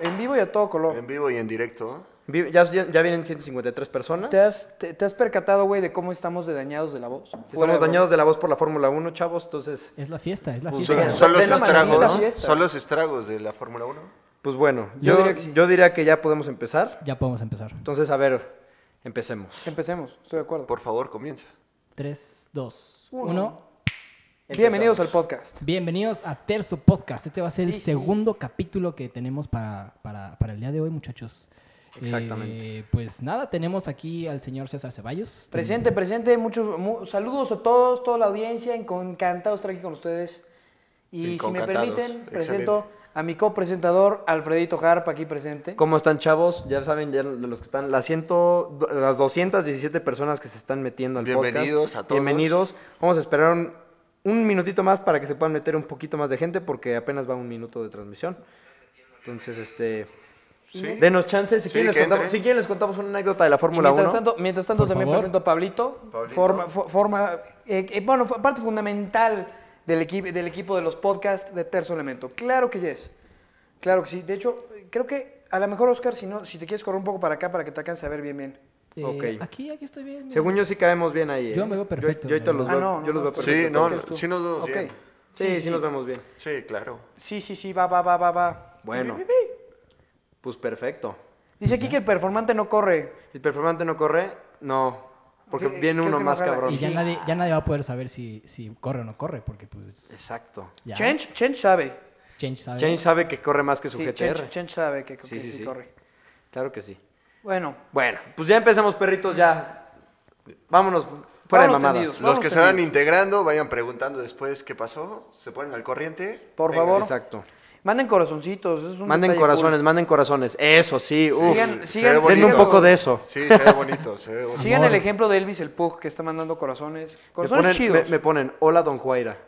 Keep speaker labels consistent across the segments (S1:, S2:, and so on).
S1: en vivo y a todo color.
S2: En vivo y en directo. ¿eh?
S3: Vi- Ya, ya- ya vienen 153 personas.
S1: ¿Te has, te, te has percatado, güey, de cómo estamos de dañados de la voz? Fuera
S3: Estamos
S1: de broma.
S3: dañados de la voz por la Fórmula 1, chavos, entonces,
S4: Es la fiesta, es la
S2: Pues
S4: fiesta.
S2: son,
S1: sí,
S2: son los
S1: ven la
S2: estragos,
S1: maldita
S2: ¿no?
S1: fiesta.
S2: Son los estragos de la Fórmula 1.
S3: pues bueno,
S1: Yo
S3: yo,
S1: diría que sí.
S3: yo diría que ya podemos empezar.
S4: Ya podemos empezar.
S3: Entonces, a ver, empecemos.
S1: Empecemos, estoy de acuerdo.
S2: Por favor, comienza.
S4: 3, 2,
S1: Uno.
S4: 1.
S1: Bienvenidos al podcast.
S4: Bienvenidos a Terzo Podcast. Este va a ser
S1: Sí,
S4: el
S1: sí.
S4: segundo capítulo que tenemos para, para, para el día de hoy, muchachos.
S3: Exactamente.
S4: Eh, pues nada, tenemos aquí al señor César Ceballos.
S1: Presente, presente, muchos mu- saludos a todos, toda la audiencia, enco- encantado de estar aquí con ustedes. Y si me
S2: Enconcantados,
S1: permiten, presento a mi copresentador Alfredito Harp aquí presente.
S3: ¿Cómo están, chavos? Ya saben, ya de los que están, las, ciento, las 217 personas que se están metiendo al
S2: Bienvenidos
S3: podcast.
S2: a todos.
S3: Bienvenidos. Vamos a esperar un, un minutito más para que se puedan meter un poquito más de gente, porque apenas va un minuto de transmisión. Entonces, este...
S2: Sí.
S3: Denos chance, si,
S2: Sí,
S3: quieren les
S2: que
S3: contamos,
S2: entre.
S3: si quieren les contamos una anécdota de la
S1: Y
S3: Fórmula 1.
S1: mientras tanto, mientras tanto
S4: Por
S1: también
S4: favor.
S1: presento a Pablito,
S2: Pablito.
S1: forma, fo- forma eh, eh, bueno, fue parte fundamental del, equipo del equipo de los podcasts de Terzo Elemento. Claro que yes, claro que sí. De hecho, creo que a lo mejor, Oscar, si, no, si te quieres correr un poco para acá para que te alcance a ver bien, bien.
S4: Eh,
S3: Ok.
S4: Aquí, aquí estoy bien. mira.
S3: Según yo sí caemos bien ahí. ¿eh?
S4: Yo me veo perfecto,
S3: Yo, ahorita
S4: la
S3: los
S1: verdad.
S3: veo,
S1: Ah, no, no,
S3: yo los
S1: no,
S3: veo
S1: está
S2: Sí,
S3: perfectos.
S2: no,
S1: que eres tú.
S2: sí nos vemos
S1: Ok.
S2: bien.
S3: Sí, sí, nos vemos bien.
S2: Sí, claro.
S1: Sí, sí, sí, va, va, va, va, va.
S3: Bueno. Pues perfecto.
S1: Dice aquí que el performante no corre.
S3: ¿El performante no corre? No. Porque
S1: Sí,
S3: viene
S1: creo
S3: uno
S1: que no
S3: más
S1: gana.
S3: cabrón.
S4: Y ya,
S1: Sí.
S4: nadie, ya nadie va a poder saber si, si corre o no corre, porque pues
S3: Exacto.
S4: ya.
S1: Change, Change sabe.
S4: Change sabe.
S3: Change sabe que corre más que su
S1: Sí,
S3: GTR.
S1: Change, Change sabe que, que
S3: Sí, sí,
S1: sí
S3: sí.
S1: corre.
S3: Claro que sí.
S1: Bueno,
S3: Bueno, pues ya empezamos, perritos, ya. Vámonos fuera
S1: Vámonos
S3: de mamadas.
S1: tendidos.
S2: Los
S1: Vamos
S2: que se
S1: teniendo.
S2: van integrando, vayan preguntando después qué pasó, se ponen al corriente.
S1: por
S2: Venga.
S1: favor,
S3: Exacto.
S1: manden corazoncitos. eso es un
S3: Manden
S1: detalle cool.
S3: corazones, manden corazones. Eso sí, uf.
S1: Sigan-
S2: Se
S1: sigan-
S2: ve
S1: denme
S2: bonito.
S1: un poco
S3: de eso.
S2: Sí, se ve bonito, se ve bonito.
S1: Sigan
S4: Amor.
S1: el ejemplo de Elvis el Pug que está mandando corazones.
S3: Me
S1: Corazones
S3: ponen,
S1: chidos.
S3: me- me ponen, hola, don Juaira.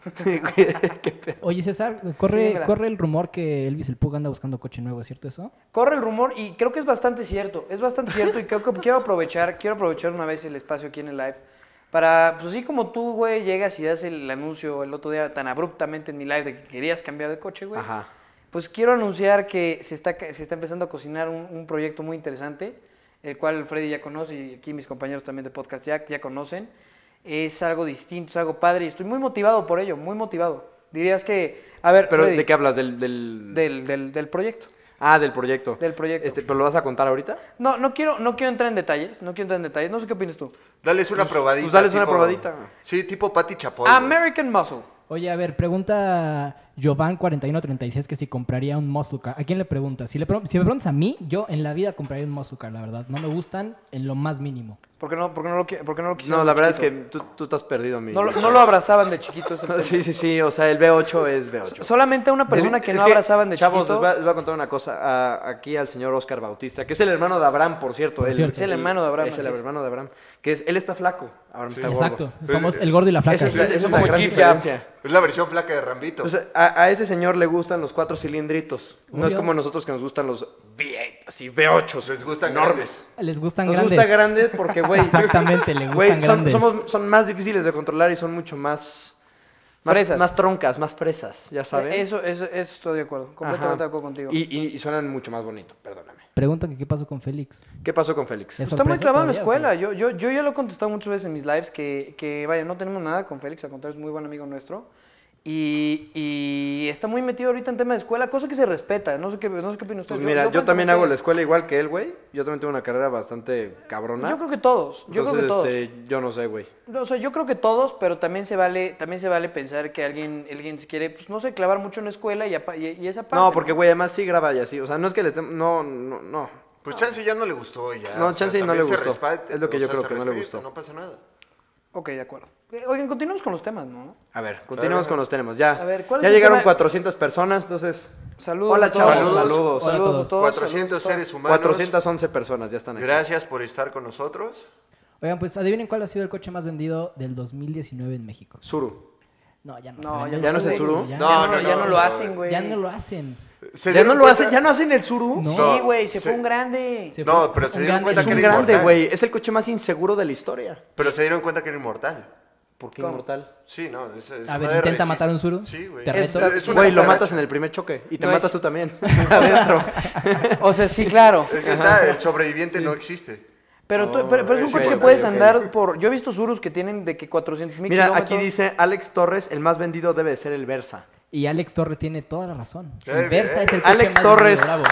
S4: Oye, César, corre,
S1: Síguemela.
S4: corre el rumor que Elvis el Pug anda buscando coche nuevo, ¿es ¿cierto eso?
S1: Corre el rumor y creo que es bastante cierto. Es bastante cierto y creo que quiero aprovechar, quiero aprovechar una vez el espacio aquí en el live para, pues así como tú, güey, llegas y das el anuncio el otro día tan abruptamente en mi live de que querías cambiar de coche, güey.
S3: Ajá.
S1: Pues quiero anunciar que se está, ca- se está empezando a cocinar un, un proyecto muy interesante, el cual Freddy ya conoce y aquí mis compañeros también de podcast ya, ya conocen. Es algo distinto, es algo padre y estoy muy motivado por ello, muy motivado. Dirías que, a ver,
S3: Pero,
S1: Freddy,
S3: ¿de qué hablas? ¿Del, del...
S1: del, del- del proyecto.
S3: Ah, del proyecto.
S1: Del proyecto.
S3: Este, ¿Pero lo vas a contar ahorita?
S1: No, no quiero, no quiero entrar en detalles, no quiero entrar en detalles, no sé qué opinas tú.
S2: Dales una probadita.
S3: pues dales una probadita. Ah,
S2: Sí, tipo Pati Chapoy. güey.
S1: American Muscle.
S4: Oye, a ver, pregunta Jovan4136 que si compraría un muscle car. ¿A quién le preguntas? Si, le pre- si me preguntas a mí, yo en la vida compraría un muscle car, la verdad. No me gustan en lo más mínimo.
S1: ¿Por qué no, por qué no lo, qui- por qué no lo quisieron
S3: No, la
S1: de
S3: verdad es que
S1: chiquito?
S3: tú, tú estás perdido, mi.
S1: No lo, no lo abrazaban de chiquito ese tema.
S3: sí, sí, sí, o sea, el B8 es B8.
S1: Solamente a una persona
S3: Es-
S1: que
S3: es
S1: no abrazaban de
S3: chavos,
S1: chiquito.
S3: les voy, a, les voy a contar una cosa. a- aquí al señor Oscar Bautista, que es el hermano de Abraham, por cierto. él-
S4: cierto. Es
S1: el hermano de Abraham,
S3: Es el
S1: así es.
S3: hermano de Abraham. Que es, él está flaco, Abraham está gordo.
S4: Exacto. Somos el gordo y la flaca.
S3: Esa es, la-
S2: Sí,
S3: esa
S2: es
S3: es la
S2: como
S3: gran
S1: Jeep Jam.
S3: diferencia.
S2: Es la versión flaca de Rambito.
S3: O sea, a, a ese señor le gustan los cuatro cilindritos. No es
S4: Obvio.
S3: como nosotros que nos gustan los V8, así V8.
S2: Pues, Les gustan
S3: enormes.
S4: Les gustan
S3: Nos
S4: grandes.
S3: gusta grandes porque, güey.
S4: Exactamente, le gustan
S3: güey, son,
S4: grandes.
S3: somos- son más difíciles de controlar y son mucho más. Más,
S1: Fresas.
S3: más troncas, más presas, ya sabes.
S1: E, Eso, eso, eso estoy de acuerdo, completamente de acuerdo contigo. Pues
S3: Y, y- y suenan mucho más bonito, perdóname.
S4: Pregunta que qué pasó con Félix.
S3: ¿Qué pasó con Félix?
S4: Es-
S1: Está muy
S4: sorpresa
S1: clavado en la
S4: todavía,
S1: escuela. Yo, yo, yo ya lo he contestado muchas veces en mis lives que, que, vaya, no tenemos nada con Félix, al contrario, es muy buen amigo nuestro. Y, y está muy metido ahorita en tema de escuela, cosa que se respeta. No sé qué, no sé qué opinan
S3: Pues
S1: ustedes.
S3: mira, yo, también
S1: francamente,
S3: hago la escuela igual que él, güey. Yo también tengo una carrera bastante cabrona.
S1: Yo creo que todos. Yo creo que todos.
S3: Entonces, este, yo no sé, güey.
S1: No, o sea, yo creo que todos, pero también se vale, también se vale pensar que alguien, alguien se quiere, pues no sé, clavar mucho en la escuela y, apa- y- y esa parte.
S3: No, porque, güey, además sí graba y así. O sea, no es que le estemos... No, no, no.
S2: Pues Chance ya no le gustó ya.
S3: No,
S2: o sea,
S3: Chance no
S2: también
S3: le
S2: se
S3: gustó.
S2: respeta,
S3: Es lo que yo
S2: o sea,
S3: creo
S2: se
S3: que no le
S2: respeta,
S3: gustó.
S2: No pasa nada.
S1: Ok, de acuerdo. Eh, Oigan, continuemos con los temas, ¿no?
S3: A ver, continuamos con los temas. Ya,
S1: A ver, ¿cuál
S3: ya
S1: es el
S3: llegaron
S1: tema?
S3: 400 personas, entonces...
S1: Saludos
S3: Hola,
S1: a todos.
S3: chavos.
S2: Saludos.
S3: Saludos.
S4: Hola a
S1: Saludos a
S4: todos.
S1: todos.
S2: 400
S1: saludos a todos.
S2: seres humanos.
S3: 411 personas ya están aquí.
S2: Gracias por estar con nosotros.
S4: Oigan, pues adivinen cuál ha sido el coche más vendido del 2019 en México.
S3: Suru.
S4: No, ya no,
S1: No,
S4: se vende
S1: ya
S4: el
S1: no se
S4: Subaru,
S3: Subaru.
S1: Ya
S4: Ya,
S1: no,
S2: No,
S1: lo-
S2: no,
S1: ya
S2: no,
S1: no lo
S2: no,
S1: hacen, güey.
S4: ya no lo hacen.
S2: ¿Se
S3: ¿Ya no
S2: dieron
S3: lo
S2: cuenta?
S3: hacen? ¿Ya no hacen el Suru?
S4: No.
S1: Sí, güey, se
S2: Se-
S1: fue un grande.
S4: Se
S2: No,
S4: fue
S2: pero se
S4: un
S2: dieron
S4: gran-
S2: cuenta
S3: Es
S2: que
S3: un
S2: era
S3: grande,
S2: inmortal.
S3: güey. Es el coche más inseguro de la historia.
S2: Pero se dieron cuenta que era inmortal.
S3: Porque
S1: ¿Cómo?
S3: inmortal.
S2: Sí, no. es- es
S4: A
S2: una
S4: ver,
S2: de
S4: intenta
S2: resist-
S4: matar a un Zuru.
S2: Sí, güey.
S4: Te
S1: Es-
S4: reto.
S1: es una
S3: Güey, lo
S2: cucaracha.
S3: matas en el primer choque y te
S1: No,
S3: matas
S1: es-
S3: tú también. Adentro.
S1: O sea, sí, claro.
S2: Es que está, el sobreviviente no existe.
S1: Pero, tú-
S3: Oh,
S1: pero, pero es un
S2: sí,
S1: coche que
S2: ok,
S1: puedes
S2: ok.
S1: andar por... Yo he visto Surus que tienen de que 400 mil
S3: Mira,
S1: kilómetros.
S3: aquí dice Alex Torres, el más vendido debe de ser el Versa.
S4: Y Alex Torres tiene toda la razón.
S2: Qué
S4: El Versa
S2: bien.
S4: es el coche
S3: Alex
S4: más vendido,
S3: Torres.
S4: bravo.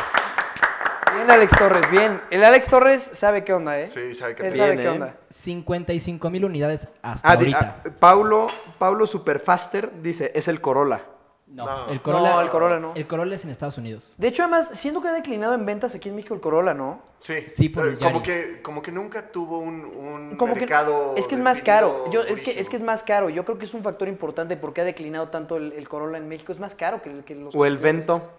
S1: Bien, Alex Torres, bien. El Alex Torres sabe qué onda, ¿eh?
S2: Sí, sabe que
S1: Él
S3: Bien,
S1: sabe qué
S3: ¿eh?
S1: onda.
S4: 55 mil unidades hasta
S3: Ah, di-
S4: ahorita.
S3: ah, Paulo, Paulo Superfaster dice, es el Corolla.
S4: no,
S2: no.
S4: el Corolla,
S1: No, el Corolla no.
S4: El Corolla es en Estados Unidos.
S1: De hecho, además, siento que ha declinado en ventas aquí en México el Corolla, ¿no?
S2: Sí,
S4: Sí, pues, por
S2: Eh,
S4: los
S2: como
S4: Yaris.
S2: que como que nunca tuvo un, un
S1: Como que
S2: mercado
S1: es que es
S2: definido
S1: más caro. Yo, es, que,
S2: durísimo.
S1: es que es más caro. Yo creo que es un factor importante porque ha declinado tanto el, el Corolla en México. Es más caro que, el- que los.
S3: O el
S1: competidores.
S3: Vento.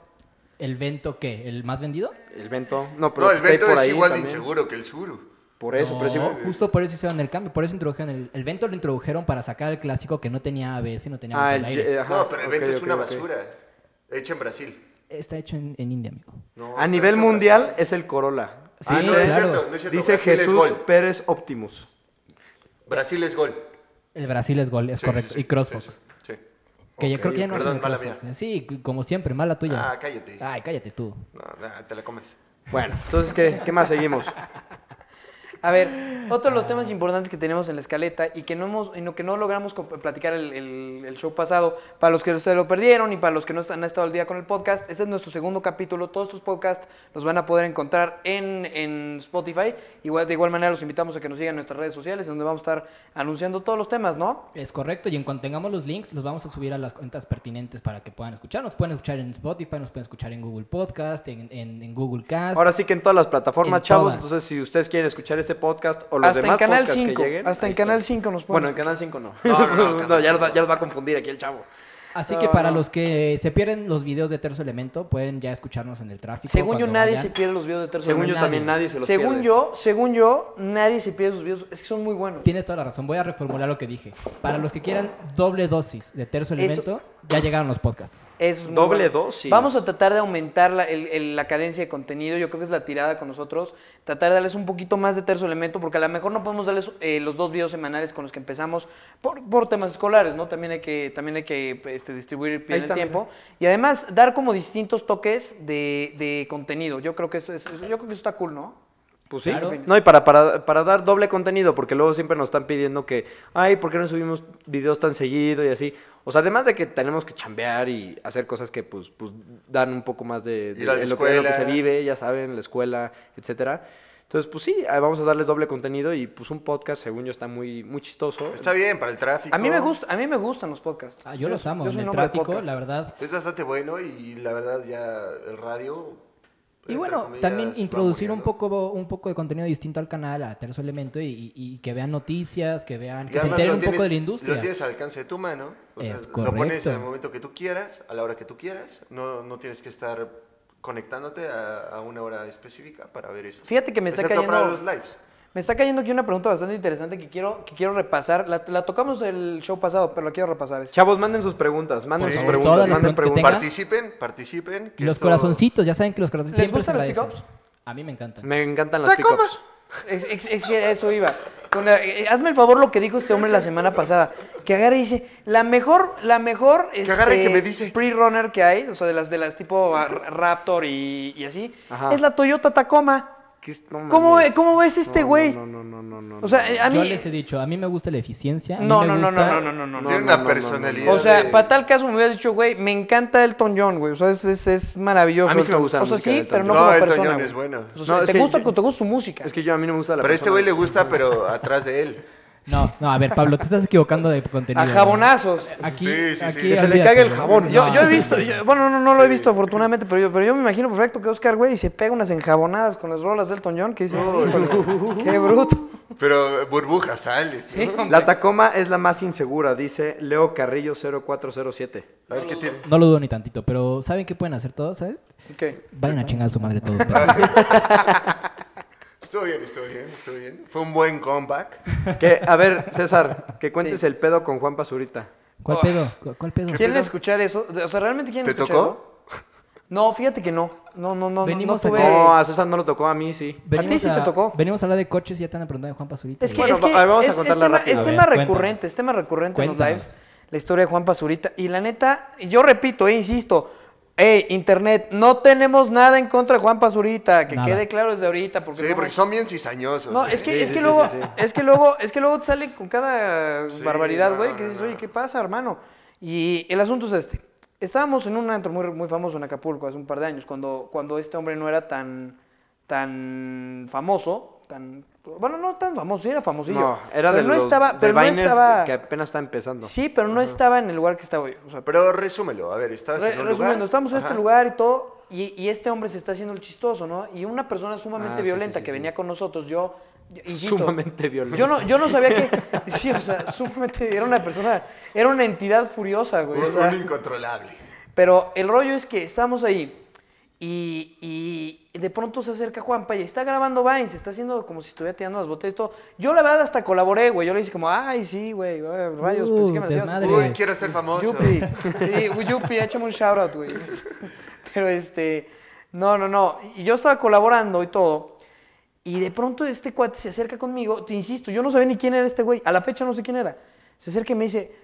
S4: ¿El Vento qué? ¿El más vendido?
S3: El Vento. No, pero
S2: No, el
S3: está ahí
S2: Vento
S3: por
S2: es
S3: ahí
S2: igual
S3: también.
S2: de inseguro que el Suru.
S3: Por eso, pero es
S4: No,
S3: igual-
S4: justo por eso hicieron el cambio. Por eso introdujeron el, el Vento, lo introdujeron para sacar el clásico que no tenía ABS y no tenía
S3: Ah,
S4: bolsa
S3: el
S4: de
S3: Ye-
S4: aire.
S3: ajá,
S2: no, pero el
S3: ok,
S2: Vento es
S3: ok,
S2: una
S3: ok.
S2: basura. Hecha en Brasil.
S4: Está hecho en, en India, amigo.
S2: No,
S3: A
S2: está
S3: nivel
S2: hecho en
S3: mundial
S2: Brasil.
S3: es el Corolla.
S4: Sí,
S2: Ah, no,
S3: dice
S2: es
S4: claro.
S2: cierto, no es cierto.
S3: dice
S2: Brasil es
S3: Jesús
S2: gol.
S3: Pérez Optimus.
S2: Brasil es gol.
S4: El Brasil es gol, es
S2: Sí,
S4: correcto.
S2: sí, sí,
S4: y Crossbox.
S2: sí, sí, sí.
S4: Que yo
S3: Ok,
S4: creo que ya no
S2: ok.
S4: hacen el
S2: Perdón, mala
S4: Crossbox, ¿eh? Sí, como siempre, mala tuya.
S2: Ah, cállate.
S4: Ay, cállate tú.
S2: No, no, te la comes.
S3: Bueno, entonces, ¿qué, qué más seguimos?
S1: A ver, otro de
S3: Ah.
S1: los temas importantes que tenemos en la escaleta y que no hemos, en lo que no logramos comp- platicar el, el- el show pasado, para los que se lo perdieron y para los que no están, han estado al día con el podcast, este es nuestro segundo capítulo. Todos estos podcasts los van a poder encontrar en, en Spotify. Igual, de igual manera los invitamos a que nos sigan en nuestras redes sociales, en donde vamos a estar anunciando todos los temas, ¿no?
S4: Es correcto, y en cuanto tengamos los links, los vamos a subir a las cuentas pertinentes para que puedan escuchar. Nos pueden escuchar en Spotify, nos pueden escuchar en Google Podcast, en, en- en Google Cast.
S3: Ahora sí que en todas las plataformas,
S4: En
S3: chavos.
S4: todas.
S3: Entonces, si ustedes quieren escuchar este podcast o los
S1: Hasta en
S3: demás
S1: Canal
S3: podcasts que
S1: 5,
S3: lleguen,
S1: hasta en
S3: ahí está.
S1: Canal 5 nos pueden
S3: Bueno, en Canal 5 no.
S2: No, no, no, Canal
S3: ya, los va,
S2: 5.
S3: ya los va a confundir aquí el chavo.
S4: Así que para los que se pierden los videos de Terzo Elemento, pueden ya escucharnos en el tráfico.
S1: Según yo,
S4: cuando
S1: nadie
S4: vayan.
S1: se pierde los videos de Tercer
S3: Según yo
S1: Elemento.
S3: también nadie se los
S1: Según
S3: pierde.
S1: yo, según yo, nadie se pierde sus videos. Es que son muy buenos.
S4: Tienes toda la razón, voy a reformular lo que dije. Para los que quieran doble dosis de Terzo
S1: Eso-
S4: Elemento, ya llegaron los podcasts.
S1: Eso es muy
S3: Doble
S1: bueno.
S3: dosis.
S1: Vamos a tratar de aumentar la, el- el- la cadencia de contenido. Yo creo que es la tirada con nosotros. Tratar de darles un poquito más de terzo elemento, porque a lo mejor no podemos darles eh, los dos videos semanales con los que empezamos por, por temas escolares, ¿no? También hay que, también hay que este, distribuir bien el
S3: está,
S1: tiempo. Y además, dar como distintos toques de, de contenido. Yo creo que eso, es- yo creo que eso está cool, ¿no?
S3: Pues sí.
S4: Claro.
S3: No, y para, para, para dar doble contenido, porque luego siempre nos están pidiendo que, ay, ¿por qué no subimos videos tan seguido y así? O sea, además de que tenemos que chambear y hacer cosas que pues, pues dan un poco más de, de-
S2: Ir a la
S3: en lo, que, en lo que se
S2: escuela.
S3: vive, ya saben, la escuela, etcétera. Entonces, pues sí, ah, vamos a darles doble contenido y pues un podcast, según yo, está muy, muy chistoso.
S2: Está bien para el tráfico.
S1: A mí me, gusta, a mí me gustan los podcasts.
S4: Ah, yo los amo,
S1: yo
S4: en
S1: soy un
S4: el
S1: hombre de
S4: tráfico,
S1: podcast.
S4: la verdad.
S2: Es bastante bueno y la verdad ya el radio.
S4: Y
S2: entre
S4: bueno,
S2: comillas,
S4: también
S2: va
S4: introducir un
S2: muriendo.
S4: poco, un poco de contenido distinto al canal, a Terzo Elemento, y, y- y que vean noticias, que vean,
S2: Y
S4: que se
S2: además
S4: enteren
S2: lo
S4: un poco
S2: tienes-
S4: de la industria.
S2: Lo tienes al alcance de tu mano. O sea,
S4: Es
S2: Lo pones
S4: correcto.
S2: en el momento que tú quieras, a la hora que tú quieras. No, no tienes que estar conectándote a, a una hora específica para ver esto.
S1: Fíjate que me está
S2: Excepto para
S1: cayendo-
S2: los lives.
S1: Me está cayendo aquí una pregunta bastante interesante que quiero, que quiero repasar. La, la tocamos el show pasado, pero la quiero repasar. Es-
S3: Chavos, manden sus preguntas, manden
S2: Sí.
S3: sus
S2: Todas
S3: preguntas,
S2: las
S3: manden
S4: preguntas que
S3: preguntas.
S4: tengan.
S2: Participen, participen. que
S4: Los
S2: esto-
S4: corazoncitos, ya saben que los corazoncitos
S1: ¿Les
S4: siempre
S1: gustan
S4: se
S1: los
S4: agradecen. A mí me encantan.
S3: Me encantan las pick-ups.
S1: Es, es- es que a eso iba. Con la- eh, hazme el favor lo que dijo este hombre la semana pasada. Que agarre y dice, la mejor, la mejor este,
S2: Que agarre y que me dice.
S1: pre-runner que hay, o sea, de las, de las tipo ah, Raptor y, y así,
S3: Ajá.
S1: es la Toyota Tacoma.
S3: ¿Qué es- no
S1: ¿Cómo,
S3: mames.
S1: ve- cómo ves este
S3: No,
S1: güey?
S3: No, no, no, no, no, no.
S1: O sea, eh, a
S4: Yo
S1: mí...
S4: les he dicho, a mí me gusta la eficiencia. a mí
S1: No,
S4: me
S1: no, no,
S4: gusta-
S1: no, no, no, no, no.
S2: Tiene
S3: No,
S2: una
S3: no, no, no, no.
S2: personalidad.
S1: O sea,
S2: de-
S1: para tal caso me hubieras dicho, güey, me encanta Elton John, güey. O sea, es, es- es maravilloso.
S3: A mí sí me gusta la
S1: O sea,
S3: música de
S1: sí,
S3: Elton
S1: pero no,
S2: John.
S1: como
S2: No, Elton
S1: persona.
S2: John
S1: güey.
S2: es bueno.
S1: O sea,
S3: No, es
S1: te,
S3: que
S1: gusta,
S3: yo-
S1: te gusta su música.
S3: Es que yo a mí no me gusta la
S2: Pero a este
S3: persona.
S2: güey le gusta, pero atrás de él.
S4: No, no, a ver, Pablo, te estás equivocando de contenido.
S1: A jabonazos.
S4: ¿verdad? Aquí,
S2: Sí, sí, sí.
S4: aquí
S2: Que
S3: se le
S4: olvídate,
S3: caiga el
S4: güey.
S3: jabón.
S1: Yo,
S4: No.
S1: yo he visto, yo- bueno, no, no lo he visto afortunadamente, pero yo, pero yo me imagino perfecto que Oscar, güey, se pega unas enjabonadas con las rolas de Elton John que dice, "Híjole, qué bruto.
S2: Pero burbuja sale.
S3: La Tacoma es la más insegura, dice Leo Carrillo 0407.
S2: A ver qué tiene.
S4: No lo dudo ni tantito, pero ¿saben qué pueden hacer todos? ¿Sabes?
S1: ¿Qué?
S4: Vayan a chingar a su madre todos. pero-
S2: Estuvo bien, estuvo bien, estuvo bien. Fue un buen comeback.
S3: Que, a ver, César, que cuentes
S1: Sí.
S3: el pedo con Juan Pazurita.
S4: ¿Cuál pedo? ¿Cu- ¿Cuál pedo?
S1: ¿Quieren escuchar eso? O sea, ¿realmente quieren
S2: ¿Te
S1: escuchar
S2: tocó?
S1: eso? No, fíjate que no. No, no, no. no,
S4: Venimos
S1: no
S4: a-
S1: tuve...
S3: No, a César no lo tocó, a mí sí.
S1: ti sí te tocó?
S4: Venimos a hablar de coches y ya te han preguntado de Juan Pazurita.
S1: Es que,
S3: Bueno,
S1: es, que
S3: va- vamos a
S1: es- es
S3: contarla
S1: tema,
S3: rápido.
S1: es
S4: A ver,
S1: tema
S4: cuéntanos.
S1: recurrente, es tema recurrente en los
S4: Cuéntanos.
S1: lives, la historia de Juan Pazurita. Y la neta, yo repito, e insisto, hey, internet, no tenemos nada en contra de Juan Pazurita, que
S4: Nada.
S1: quede claro desde ahorita, porque,
S2: Sí,
S1: luego-
S2: porque son bien cizañosos.
S1: no,
S2: ¿eh?
S1: es que,
S3: Sí,
S1: es
S3: sí,
S1: que
S3: sí,
S1: luego,
S3: sí, sí.
S1: es que luego, es que luego te sale con cada
S2: Sí,
S1: barbaridad,
S2: no,
S1: güey, que
S2: no,
S1: dices,
S2: no.
S1: oye, ¿qué pasa, hermano? Y el asunto es este. Estábamos en un antro muy, muy famoso en Acapulco hace un par de años, cuando, cuando este hombre no era tan, tan famoso, tan, bueno, no tan famoso, sí era famosillo.
S3: No,
S1: pero
S3: era de
S1: no
S3: los-
S1: estaba,
S3: de
S1: pero no
S3: Biners
S1: estaba,
S3: que apenas está empezando.
S1: sí, pero no estaba en el lugar que estaba hoy. O sea,
S2: Pero resúmelo, a ver, estabas
S1: Re-
S2: en un
S1: resumiendo,
S2: lugar,
S1: estamos en
S2: ajá,
S1: este lugar y todo, y, y este hombre se está haciendo el chistoso, ¿no? Y una persona sumamente
S3: Ah, sí,
S1: violenta
S3: sí, sí,
S1: que
S3: sí.
S1: venía con nosotros, yo, yo- insisto,
S3: Sumamente violenta.
S1: Yo no, yo no sabía que, sí, o sea, sumamente, era una persona, era una entidad furiosa, güey.
S2: Un,
S1: o sea.
S2: un incontrolable.
S1: Pero el rollo es que estamos ahí y, y de pronto se acerca Juanpa y está grabando Vines, está haciendo como si estuviera tirando las botellas y todo. Yo la verdad hasta colaboré, güey. Yo le hice como, ay, sí, güey, ay, rayos,
S4: Uh,
S1: pensé que me hacías-
S4: desmadre.
S2: Uy, quiero ser famoso.
S1: Yupi. Sí, uy, Yupi, échame un shoutout, güey. Pero este. No, no, no. Y yo estaba colaborando y todo. Y de pronto este cuate se acerca conmigo. Te insisto, yo no sabía ni quién era este güey. A la fecha no sé quién era. Se acerca y me dice: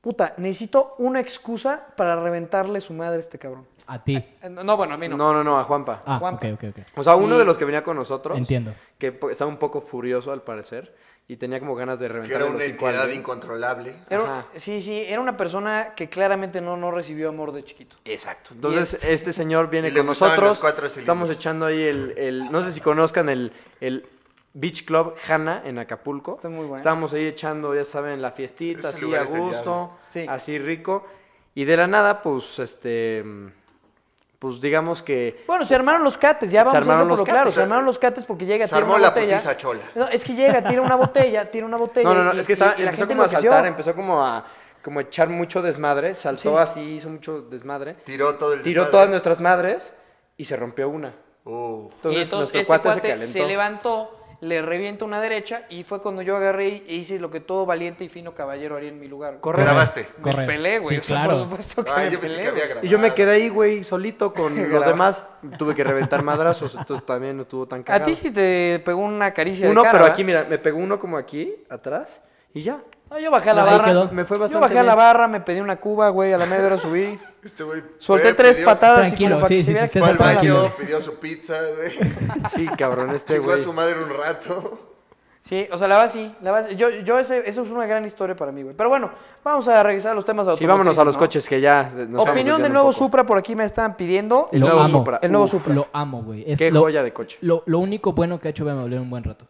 S1: Puta, necesito una excusa para reventarle su madre a este cabrón.
S4: A ti.
S1: Eh, No, no, bueno, a mí no.
S3: No, no, no, a Juanpa.
S4: Ah,
S1: Juanpa.
S4: ok, ok, ok.
S3: O sea, uno
S1: Y-
S3: de los que venía con nosotros.
S4: Entiendo.
S3: Que po- estaba un poco furioso al parecer. Y tenía como ganas de
S2: Que
S3: reventar
S2: era
S3: el
S2: una
S3: hocico al
S2: entidad
S3: güey.
S2: incontrolable.
S1: Era-
S3: Ajá.
S1: sí, sí, era una persona que claramente no, no recibió amor de chiquito.
S3: Exacto. Entonces,
S1: Y es-
S3: este señor viene
S2: Y le
S3: con
S2: gustaban los
S3: nosotros.
S2: cuatro cilindros.
S3: Estamos echando ahí el, el- No sé si conozcan el, el Beach Club Hanna en Acapulco.
S1: Está muy bueno.
S3: Estábamos ahí echando, ya saben, la fiestita,
S2: Ese
S3: así
S2: lugar este
S3: a
S2: está
S3: gusto,
S1: Sí.
S3: así rico. Y de la nada, pues, este. Pues digamos que.
S1: Bueno, se armaron los cates, ya vamos a
S3: armaron
S1: por lo
S3: los
S1: claro.
S3: cates.
S1: Se armaron los cates porque llega,
S2: Se
S1: tira
S2: armó
S1: una
S2: la
S1: botella.
S2: putiza chola.
S1: No, es que llega, tira una botella, tira una botella.
S3: No, no, no,
S1: y-
S3: es
S1: y-
S3: que estaba,
S1: y la
S3: empezó
S1: gente
S3: como a
S1: enloqueció.
S3: saltar, empezó como a como a echar mucho desmadre, saltó
S1: Sí.
S3: así, hizo mucho desmadre,
S2: Tiró todo el
S3: tiró
S2: desmadre.
S3: todas nuestras madres y se rompió una.
S2: Uh,
S3: Entonces,
S1: y entonces
S3: nuestro
S1: este
S3: cuate,
S1: cuate,
S3: se calentó.
S1: se, levantó, le revienta una derecha y fue cuando yo agarré y e hice lo que todo valiente y fino caballero haría en mi lugar.
S3: Correcto.
S4: Correr,
S2: Grabaste.
S1: Me
S4: correr.
S1: pelé, güey.
S4: Sí,
S1: o sea,
S4: claro.
S1: por supuesto que
S2: ay,
S1: me
S2: Ah, yo pensé
S1: pelé,
S2: que había
S1: güey.
S2: grabado.
S3: Y Ah, yo me quedé ahí, güey, solito con los
S1: Grabado.
S3: demás. Tuve que reventar madrazos, entonces también no estuvo tan
S1: A
S3: cagado.
S1: ti sí te pegó una caricia
S3: Uno,
S1: de cara, ¿eh?
S3: pero
S1: ¿verdad?
S3: aquí, mira, me pegó uno como aquí, atrás, y ya.
S1: No, yo bajé a la
S4: Ahí
S1: barra.
S4: quedó.
S3: Me fue
S1: yo
S3: bastante
S1: bajé a la
S3: bien.
S1: barra, me pedí una cuba, güey, a la media hora subí.
S2: Este güey
S1: Solté
S2: fue,
S1: tres
S2: pidió-
S1: patadas y
S4: Tranquilo,
S1: como para
S4: sí,
S1: que
S4: sí,
S1: se
S4: sí,
S1: viera que
S4: sí,
S2: Fue al
S4: César,
S1: estaba-
S4: tranquilo.
S2: baño, pidió su pizza, güey.
S3: Sí, cabrón, este
S2: Chingó a
S3: güey.
S2: su madre un rato.
S1: Sí, o sea, la base sí, la base. Yo, yo ese, eso es una gran historia para mí, güey. Pero bueno, vamos a regresar a los temas
S3: Y
S1: automotrices.
S3: vámonos a los
S1: ¿no?
S3: coches que ya nos estamos
S1: Opinión
S3: desviando
S1: del
S3: un
S1: nuevo
S3: poco.
S1: Supra, por aquí me estaban pidiendo.
S3: El
S4: lo
S3: nuevo
S4: amo.
S3: Supra.
S1: El nuevo
S4: Uf,
S1: Supra.
S4: Lo amo, güey. Es
S3: Qué
S4: lo,
S3: joya de coche.
S4: Lo, lo único bueno que ha hecho BMW en un buen rato.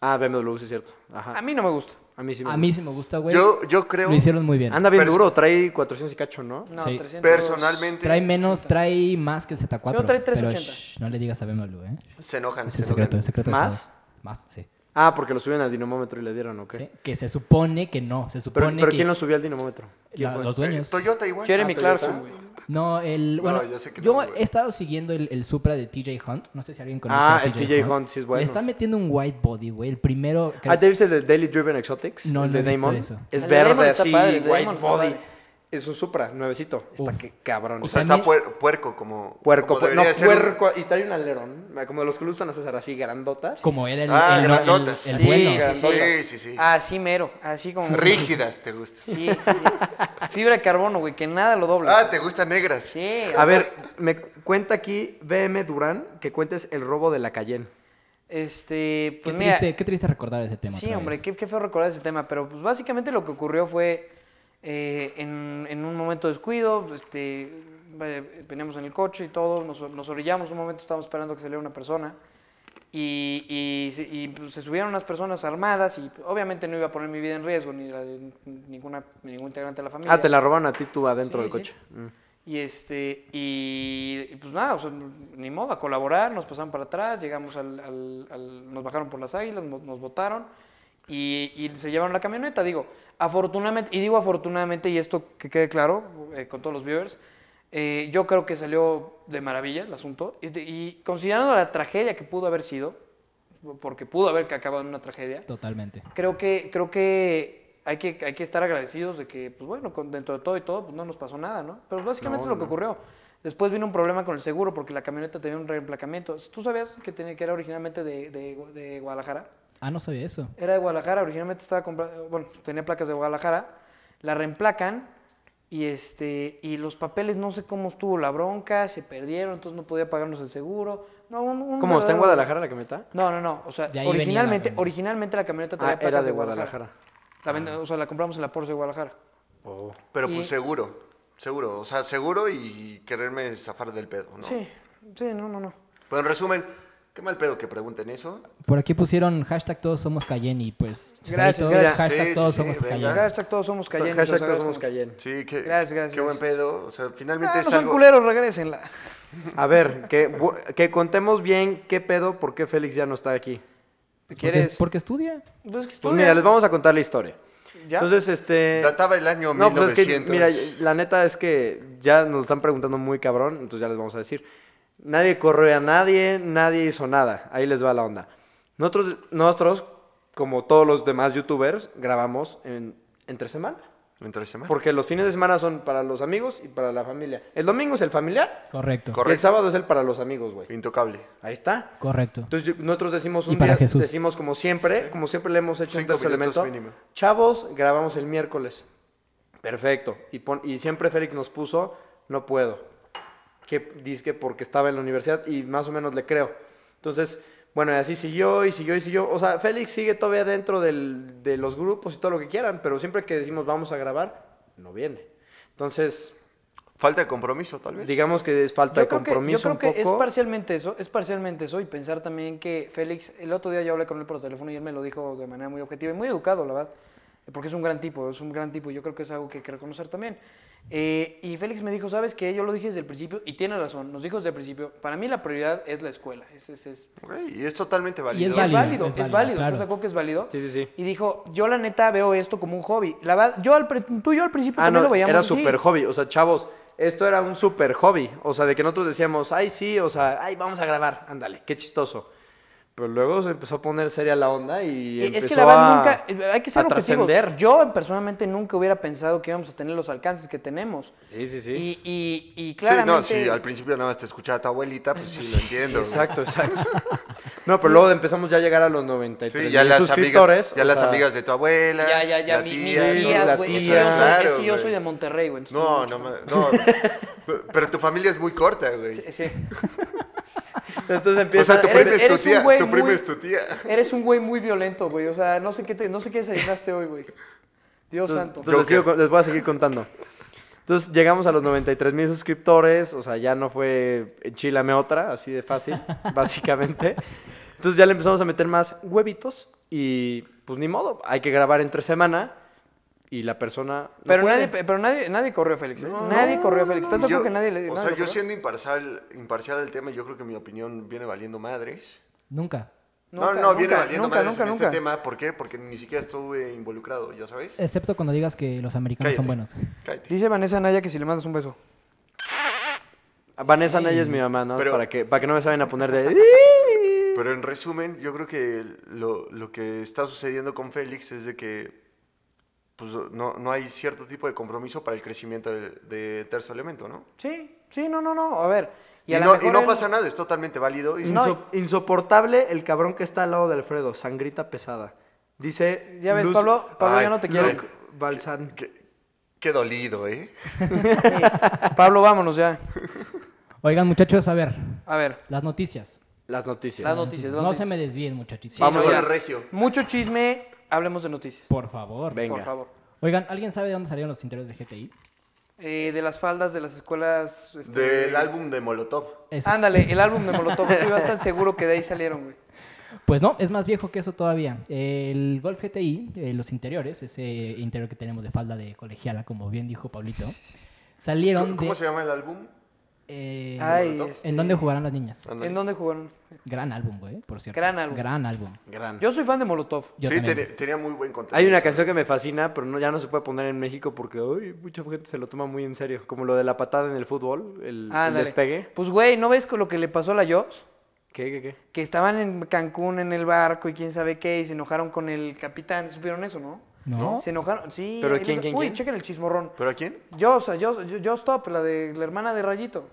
S3: Ah, BMW, sí es cierto.
S1: A
S3: Ajá.
S1: mí no me gusta.
S3: A mí sí me
S4: A
S3: gusta.
S4: mí sí me gusta, güey.
S2: Yo, yo creo,
S4: Lo hicieron muy bien.
S3: Anda bien
S2: Perso-
S3: duro, trae 400 y cacho, ¿no?
S1: No,
S4: Sí.
S1: 300.
S2: personalmente,
S4: Trae menos, trae más que el Z4.
S1: Sí, no, trae
S4: pero
S1: 380.
S4: shh, no le digas a BMW, ¿eh?
S2: se enojan.
S4: Es
S2: se enojan.
S4: el secreto, es secreto. de
S3: ¿Más?
S4: Estado. Más, sí.
S3: Ah, porque lo suben al dinamómetro y le dieron, ¿ok?
S4: Sí, Que se supone que no. Se
S3: Pero,
S4: supone
S3: pero
S4: que
S3: ¿quién lo subió al dinamómetro? ¿Quién
S4: la-
S3: fue? Eh,
S4: los dueños.
S2: Toyota igual.
S1: Jeremy
S2: Ah,
S1: Clarkson,
S2: Toyota.
S1: güey.
S4: No, el.
S2: No,
S4: Bueno,
S2: yo sé que no,
S4: yo
S2: güey.
S4: he estado siguiendo el, el Supra de TJ Hunt. No sé si alguien conoce.
S3: Ah,
S4: a
S3: el TJ Hunt, sí es bueno.
S4: Le está metiendo un white body, güey. El primero. que-
S3: Ah, ¿te viste el de Daily Driven Exotics?
S4: No,
S3: el
S4: no
S3: de
S4: he visto
S3: Damon.
S4: eso.
S3: Es
S1: El de
S3: verde
S1: Damon está
S3: así,
S1: padre, el de
S3: white
S1: Damon está
S3: body.
S1: padre.
S3: Es un Supra, nuevecito. Está
S4: Uf.
S3: que cabrón.
S2: O sea,
S4: También-
S2: está puer- puerco como.
S3: puerco,
S2: como
S3: pu- no,
S2: debería ser un-
S3: puerco. Y trae un alerón, como de los que le gustan a César, así grandotas.
S4: Como era el,
S2: Ah,
S4: el, no- el-
S2: grandotas.
S4: el
S1: Sí,
S4: bueno. Ah,
S1: gran-
S2: Sí, sí, sí.
S1: Así Ah, mero, así como.
S2: Rígidas, te gustan.
S1: Sí, sí, sí. Fibra de carbono, güey, que nada lo dobla.
S2: Ah, te gustan negras.
S1: Sí.
S3: A ver, me cuenta aquí BM Durán que cuentes el robo de la Cayenne.
S1: Este,
S4: Qué,
S1: pues mira.
S4: triste, qué triste recordar ese tema.
S1: Sí,
S4: otra vez.
S1: hombre, qué, qué feo recordar ese tema, pero pues básicamente lo que ocurrió fue eh, en, en un momento de descuido, este, vaya, veníamos en el coche y todo, nos, nos orillamos un momento, estábamos esperando que saliera una persona y, y se- y, pues, se subieron unas personas armadas y obviamente no iba a poner mi vida en riesgo ni la de ninguna, ningún integrante de la familia.
S3: Ah, te la roban a ti tú adentro
S1: Sí,
S3: del
S1: sí.
S3: coche. Mm.
S1: Y este, y, y pues nada, o sea, ni modo, a colaborar, nos pasaron para atrás, llegamos al, al- al- nos bajaron por las águilas, mo- nos votaron y, y se llevaron la camioneta. Digo, afortunadamente, y digo afortunadamente, y esto que quede claro eh, con todos los viewers, eh, yo creo que salió de maravilla el asunto. Y, de- y considerando la tragedia que pudo haber sido, porque pudo haber que acabado en una tragedia,
S4: Totalmente.
S1: creo que, creo que hay que, hay que estar agradecidos de que, pues bueno, con- dentro de todo y todo, pues no nos pasó nada, ¿no? Pero básicamente
S3: No,
S1: es lo que
S3: no.
S1: ocurrió. Después vino un problema con el seguro porque la camioneta tenía un reemplacamiento. ¿Tú sabías que, tenía, que era originalmente de, de Gu- de Guadalajara?
S4: Ah, no sabía eso.
S1: Era de Guadalajara, originalmente estaba comprada, bueno, tenía placas de Guadalajara, la reemplacan y este y los papeles no sé cómo estuvo la bronca, se perdieron, entonces no podía pagarnos el seguro. No, un- un
S3: ¿Cómo? ¿Está en
S1: verdadero-
S3: Guadalajara la camioneta?
S1: No, no, no, o sea,
S4: De ahí venía la
S1: originalmente
S4: camioneta.
S1: originalmente la camioneta
S3: Ah,
S1: tenía placas
S3: era de
S1: de
S3: Guadalajara.
S1: La vend- o sea, la compramos en la Porsche de Guadalajara.
S3: Oh.
S2: Pero
S1: Y-
S2: pues seguro, seguro. O sea, seguro y quererme zafar del pedo, ¿no?
S1: Sí, sí, no, no, no.
S2: Pero en resumen, qué mal pedo que pregunten eso.
S4: Por aquí pusieron hashtag todos somos Cayenne y pues. pues ahí
S1: Gracias,
S4: todos,
S1: gracias.
S4: Hashtag
S2: Sí, sí,
S4: todos
S2: sí,
S4: somos
S2: venga.
S4: Cayenne.
S1: Hashtag todos somos Cayenne. se los
S3: Hashtag todos
S1: agradezco
S3: somos
S1: mucho.
S3: Cayenne.
S2: Sí, que,
S1: Gracias, gracias,
S2: qué buen
S1: gracias.
S2: pedo. O sea, finalmente
S1: Ah, no
S2: es
S1: son
S2: algo...
S1: culeros, regrésenla.
S3: A ver, que, bu- que contemos bien qué pedo, por qué Félix ya no está aquí.
S4: Porque,
S1: ¿Quieres?
S4: porque estudia.
S1: Pues es que
S3: Pues
S1: estudia.
S3: mira, les vamos a contar la historia.
S1: ¿Ya?
S3: Entonces, este...
S2: Databa el año
S3: No, pues es que,
S2: 1900.
S3: mira, la neta es que ya nos lo están preguntando muy cabrón, entonces ya les vamos a decir. Nadie corrió a nadie, nadie hizo nada. Ahí les va la onda. Nosotros, nosotros como todos los demás youtubers, grabamos en, entre semana.
S2: Entre semana.
S3: Porque los fines de semana son para los amigos y para la familia. El domingo es el familiar,
S4: Correcto.
S2: Correcto.
S3: y el sábado es el para los amigos, güey.
S2: Intocable.
S3: Ahí está.
S4: Correcto.
S3: Entonces yo- nosotros decimos
S4: Y
S3: un
S4: para
S3: día,
S4: Jesús.
S3: decimos como siempre, como siempre le hemos hecho un
S2: Cinco
S3: tercer
S2: minutos
S3: elemento.
S2: mínimo.
S3: Chavos, grabamos el miércoles. Perfecto. Y, pon- y siempre Félix nos puso, no puedo. Que dice que porque estaba en la universidad y más o menos le creo. Entonces, bueno, y así siguió y siguió y siguió. O sea, Félix sigue todavía dentro del- de los grupos y todo lo que quieran, pero siempre que decimos vamos a grabar, no viene. Entonces,
S2: Falta de compromiso, tal vez.
S3: digamos que es falta de
S1: creo que-
S3: compromiso.
S1: yo
S3: un
S1: creo que es
S3: poco.
S1: parcialmente eso, es parcialmente eso y pensar también que Félix, el otro día yo hablé con él por teléfono y él me lo dijo de manera muy objetiva y muy educado, la verdad, porque es un gran tipo, es un gran tipo y yo creo que es algo que hay que reconocer también. Eh, y Félix me dijo, ¿sabes qué? Yo lo dije desde el principio y tiene razón, nos dijo desde el principio, para mí la prioridad es la escuela, es, es, es-
S2: Ok, y es totalmente
S4: Y
S2: válido.
S1: es,
S4: es válido,
S1: válido,
S4: es
S1: es
S4: válido,
S1: válido,
S4: claro.
S1: ¿estás de acuerdo que es válido?
S3: Sí, sí, sí.
S1: Y dijo, yo la neta veo esto como un hobby. La verdad, yo al, pri- tú y yo al principio
S3: Ah,
S1: también
S3: no,
S1: lo veíamos
S3: era
S1: así.
S3: super hobby. O sea, chavos, esto era un super hobby. O sea, de que nosotros decíamos, ay, sí, o sea, ay, vamos a grabar, ándale, qué chistoso. Pero luego se empezó a poner seria la onda y.
S1: Eh, Es que
S3: empezó
S1: la verdad
S3: a-
S1: nunca, eh, hay que ser
S3: a
S1: objetivos.
S3: trascender.
S1: Yo personalmente nunca hubiera pensado que íbamos a tener los alcances que tenemos.
S3: Sí, sí, sí.
S1: Y, y, y
S2: Sí, no,
S1: claramente...
S2: sí, al principio nada más te escuchaba tu abuelita, pues sí, lo entiendo. güey.
S3: Exacto, exacto. No, pero luego empezamos ya a llegar a los
S2: Sí,
S3: 93
S2: ya
S3: mil
S2: las
S3: suscriptores.
S2: amigas, ya
S3: o
S2: las
S3: sea,
S2: amigas de tu abuela.
S1: Ya, ya, ya,
S2: la
S1: mi-
S2: tía,
S3: sí,
S1: mis
S2: ¿no?
S1: tías,
S3: las
S1: güey. Es que
S3: tías,
S1: yo soy-
S2: claro,
S1: es que yo
S2: güey.
S1: soy de Monterrey, güey. entonces
S2: No, no,
S1: tengo mucho-
S2: ma- no. Pero tu familia es muy corta, güey.
S1: Sí, sí.
S3: Entonces
S2: O
S3: empieza.
S2: sea, tu
S1: eres-
S2: prima es
S1: eres
S2: tu
S1: un
S2: tía.
S1: güey
S2: Tu prima
S1: muy-
S2: es tu tía.
S1: Eres un güey muy violento, güey. O sea, no sé qué, te, no sé qué desayunaste hoy, güey. Dios santo.
S3: Entonces les, sigo- les voy a seguir contando. Entonces llegamos a los 93 mil suscriptores, o sea, ya no fue chilame otra, así de fácil, básicamente. Entonces ya le empezamos a meter más huevitos y pues ni modo, hay que grabar entre semana y la persona... no
S1: pero
S3: puede.
S1: nadie, pero nadie, nadie corrió a Félix. ¿eh? nadie corrió a Félix. ¿Estás de
S2: Yo-
S1: acuerdo que nadie le
S2: O
S1: nadie lo
S2: sea, yo
S1: corrió?
S2: siendo imparcial, imparcial del tema, yo creo que mi opinión viene valiendo madres.
S4: Nunca.
S2: No,
S1: Nunca,
S2: no, viene
S1: nunca,
S2: valiendo
S1: nunca,
S2: madres
S1: nunca,
S2: en
S1: nunca.
S2: este tema. ¿Por qué? Porque ni siquiera estuve involucrado, ¿ya sabes?
S1: Eh,
S4: Excepto cuando digas que los americanos son buenos.
S2: Cállate.
S1: Dice Vanessa Naya que si le mandas un beso.
S3: Vanessa Naya es mi mamá, ¿no?
S2: Pero-
S3: Para, que, para que no me saben a poner de...
S2: Pero en resumen, yo creo que lo, lo que está sucediendo con Félix es de que pues, no, no hay cierto tipo de compromiso para el crecimiento de, de Terzo Elemento, ¿no?
S1: Sí, sí, no, no, no. A ver.
S2: Y,
S1: a la
S2: no, y
S1: mejor
S2: no
S1: él-
S2: pasa nada, es totalmente válido. Y,
S1: No,
S3: Inso- insoportable el cabrón que está al lado de Alfredo, sangrita pesada. Dice...
S1: Ya ves,
S3: Luz-
S1: Pablo, Pablo ya
S2: Ay,
S1: no te quiere.
S3: Luke Balsan.
S2: qué, qué dolido, ¿eh?
S1: Pablo, vámonos ya.
S4: Oigan, muchachos, a ver.
S1: A ver,
S4: Las noticias.
S3: Las noticias.
S1: las noticias. las
S4: no se
S1: noticias.
S4: me desvíen, muchachitos.
S1: Sí,
S3: Vamos
S1: no,
S2: allá.
S1: ya.
S2: Regio.
S1: Mucho chisme, hablemos de noticias.
S4: Por favor.
S3: Venga.
S1: Por favor.
S4: Oigan, ¿alguien sabe de dónde salieron los interiores del GTI?
S1: Eh, de las faldas de las escuelas. este,
S2: Del álbum de Molotov.
S4: Eso.
S1: Ándale, el álbum de Molotov. Estoy bastante seguro que de ahí salieron, güey.
S4: Pues no, es más viejo que eso todavía. El Golf GTI, eh, los interiores, ese interior que tenemos de falda de colegiala, como bien dijo Pablito, salieron
S2: ¿Cómo, cómo
S4: de...
S2: se llama el álbum?
S4: eh,
S1: Ay,
S2: Molotov.
S1: este,
S4: ¿En dónde jugarán las niñas?
S2: Ándale.
S1: ¿En dónde jugaron?
S4: Gran álbum, güey, por cierto.
S1: Gran álbum.
S4: Gran álbum.
S2: Mm.
S3: Gran.
S1: Yo soy fan de Molotov.
S4: Yo
S2: sí,
S4: también.
S2: tenía, tenía muy buen contenido.
S3: Hay una canción que me fascina, pero no, ya no se puede poner en México porque uy, mucha gente se lo toma muy en serio. Como lo de la patada en el fútbol, el, el
S1: Ándale.
S3: despegue.
S1: Pues, güey, ¿no ves con lo que le pasó a la Joss?
S3: ¿Qué, qué, qué?
S1: Que estaban en Cancún en el barco y quién sabe qué, y se enojaron con el capitán. ¿Supieron eso, no?
S4: ¿No?
S1: Se enojaron, sí.
S3: ¿Pero
S1: ahí
S3: quién,
S1: les-
S3: quién,
S1: Uy,
S3: quién?
S1: chequen el chismorrón.
S2: ¿Pero a quién?
S1: Yo, o sea, yo, yo, yo stop, la de la hermana de Rayito.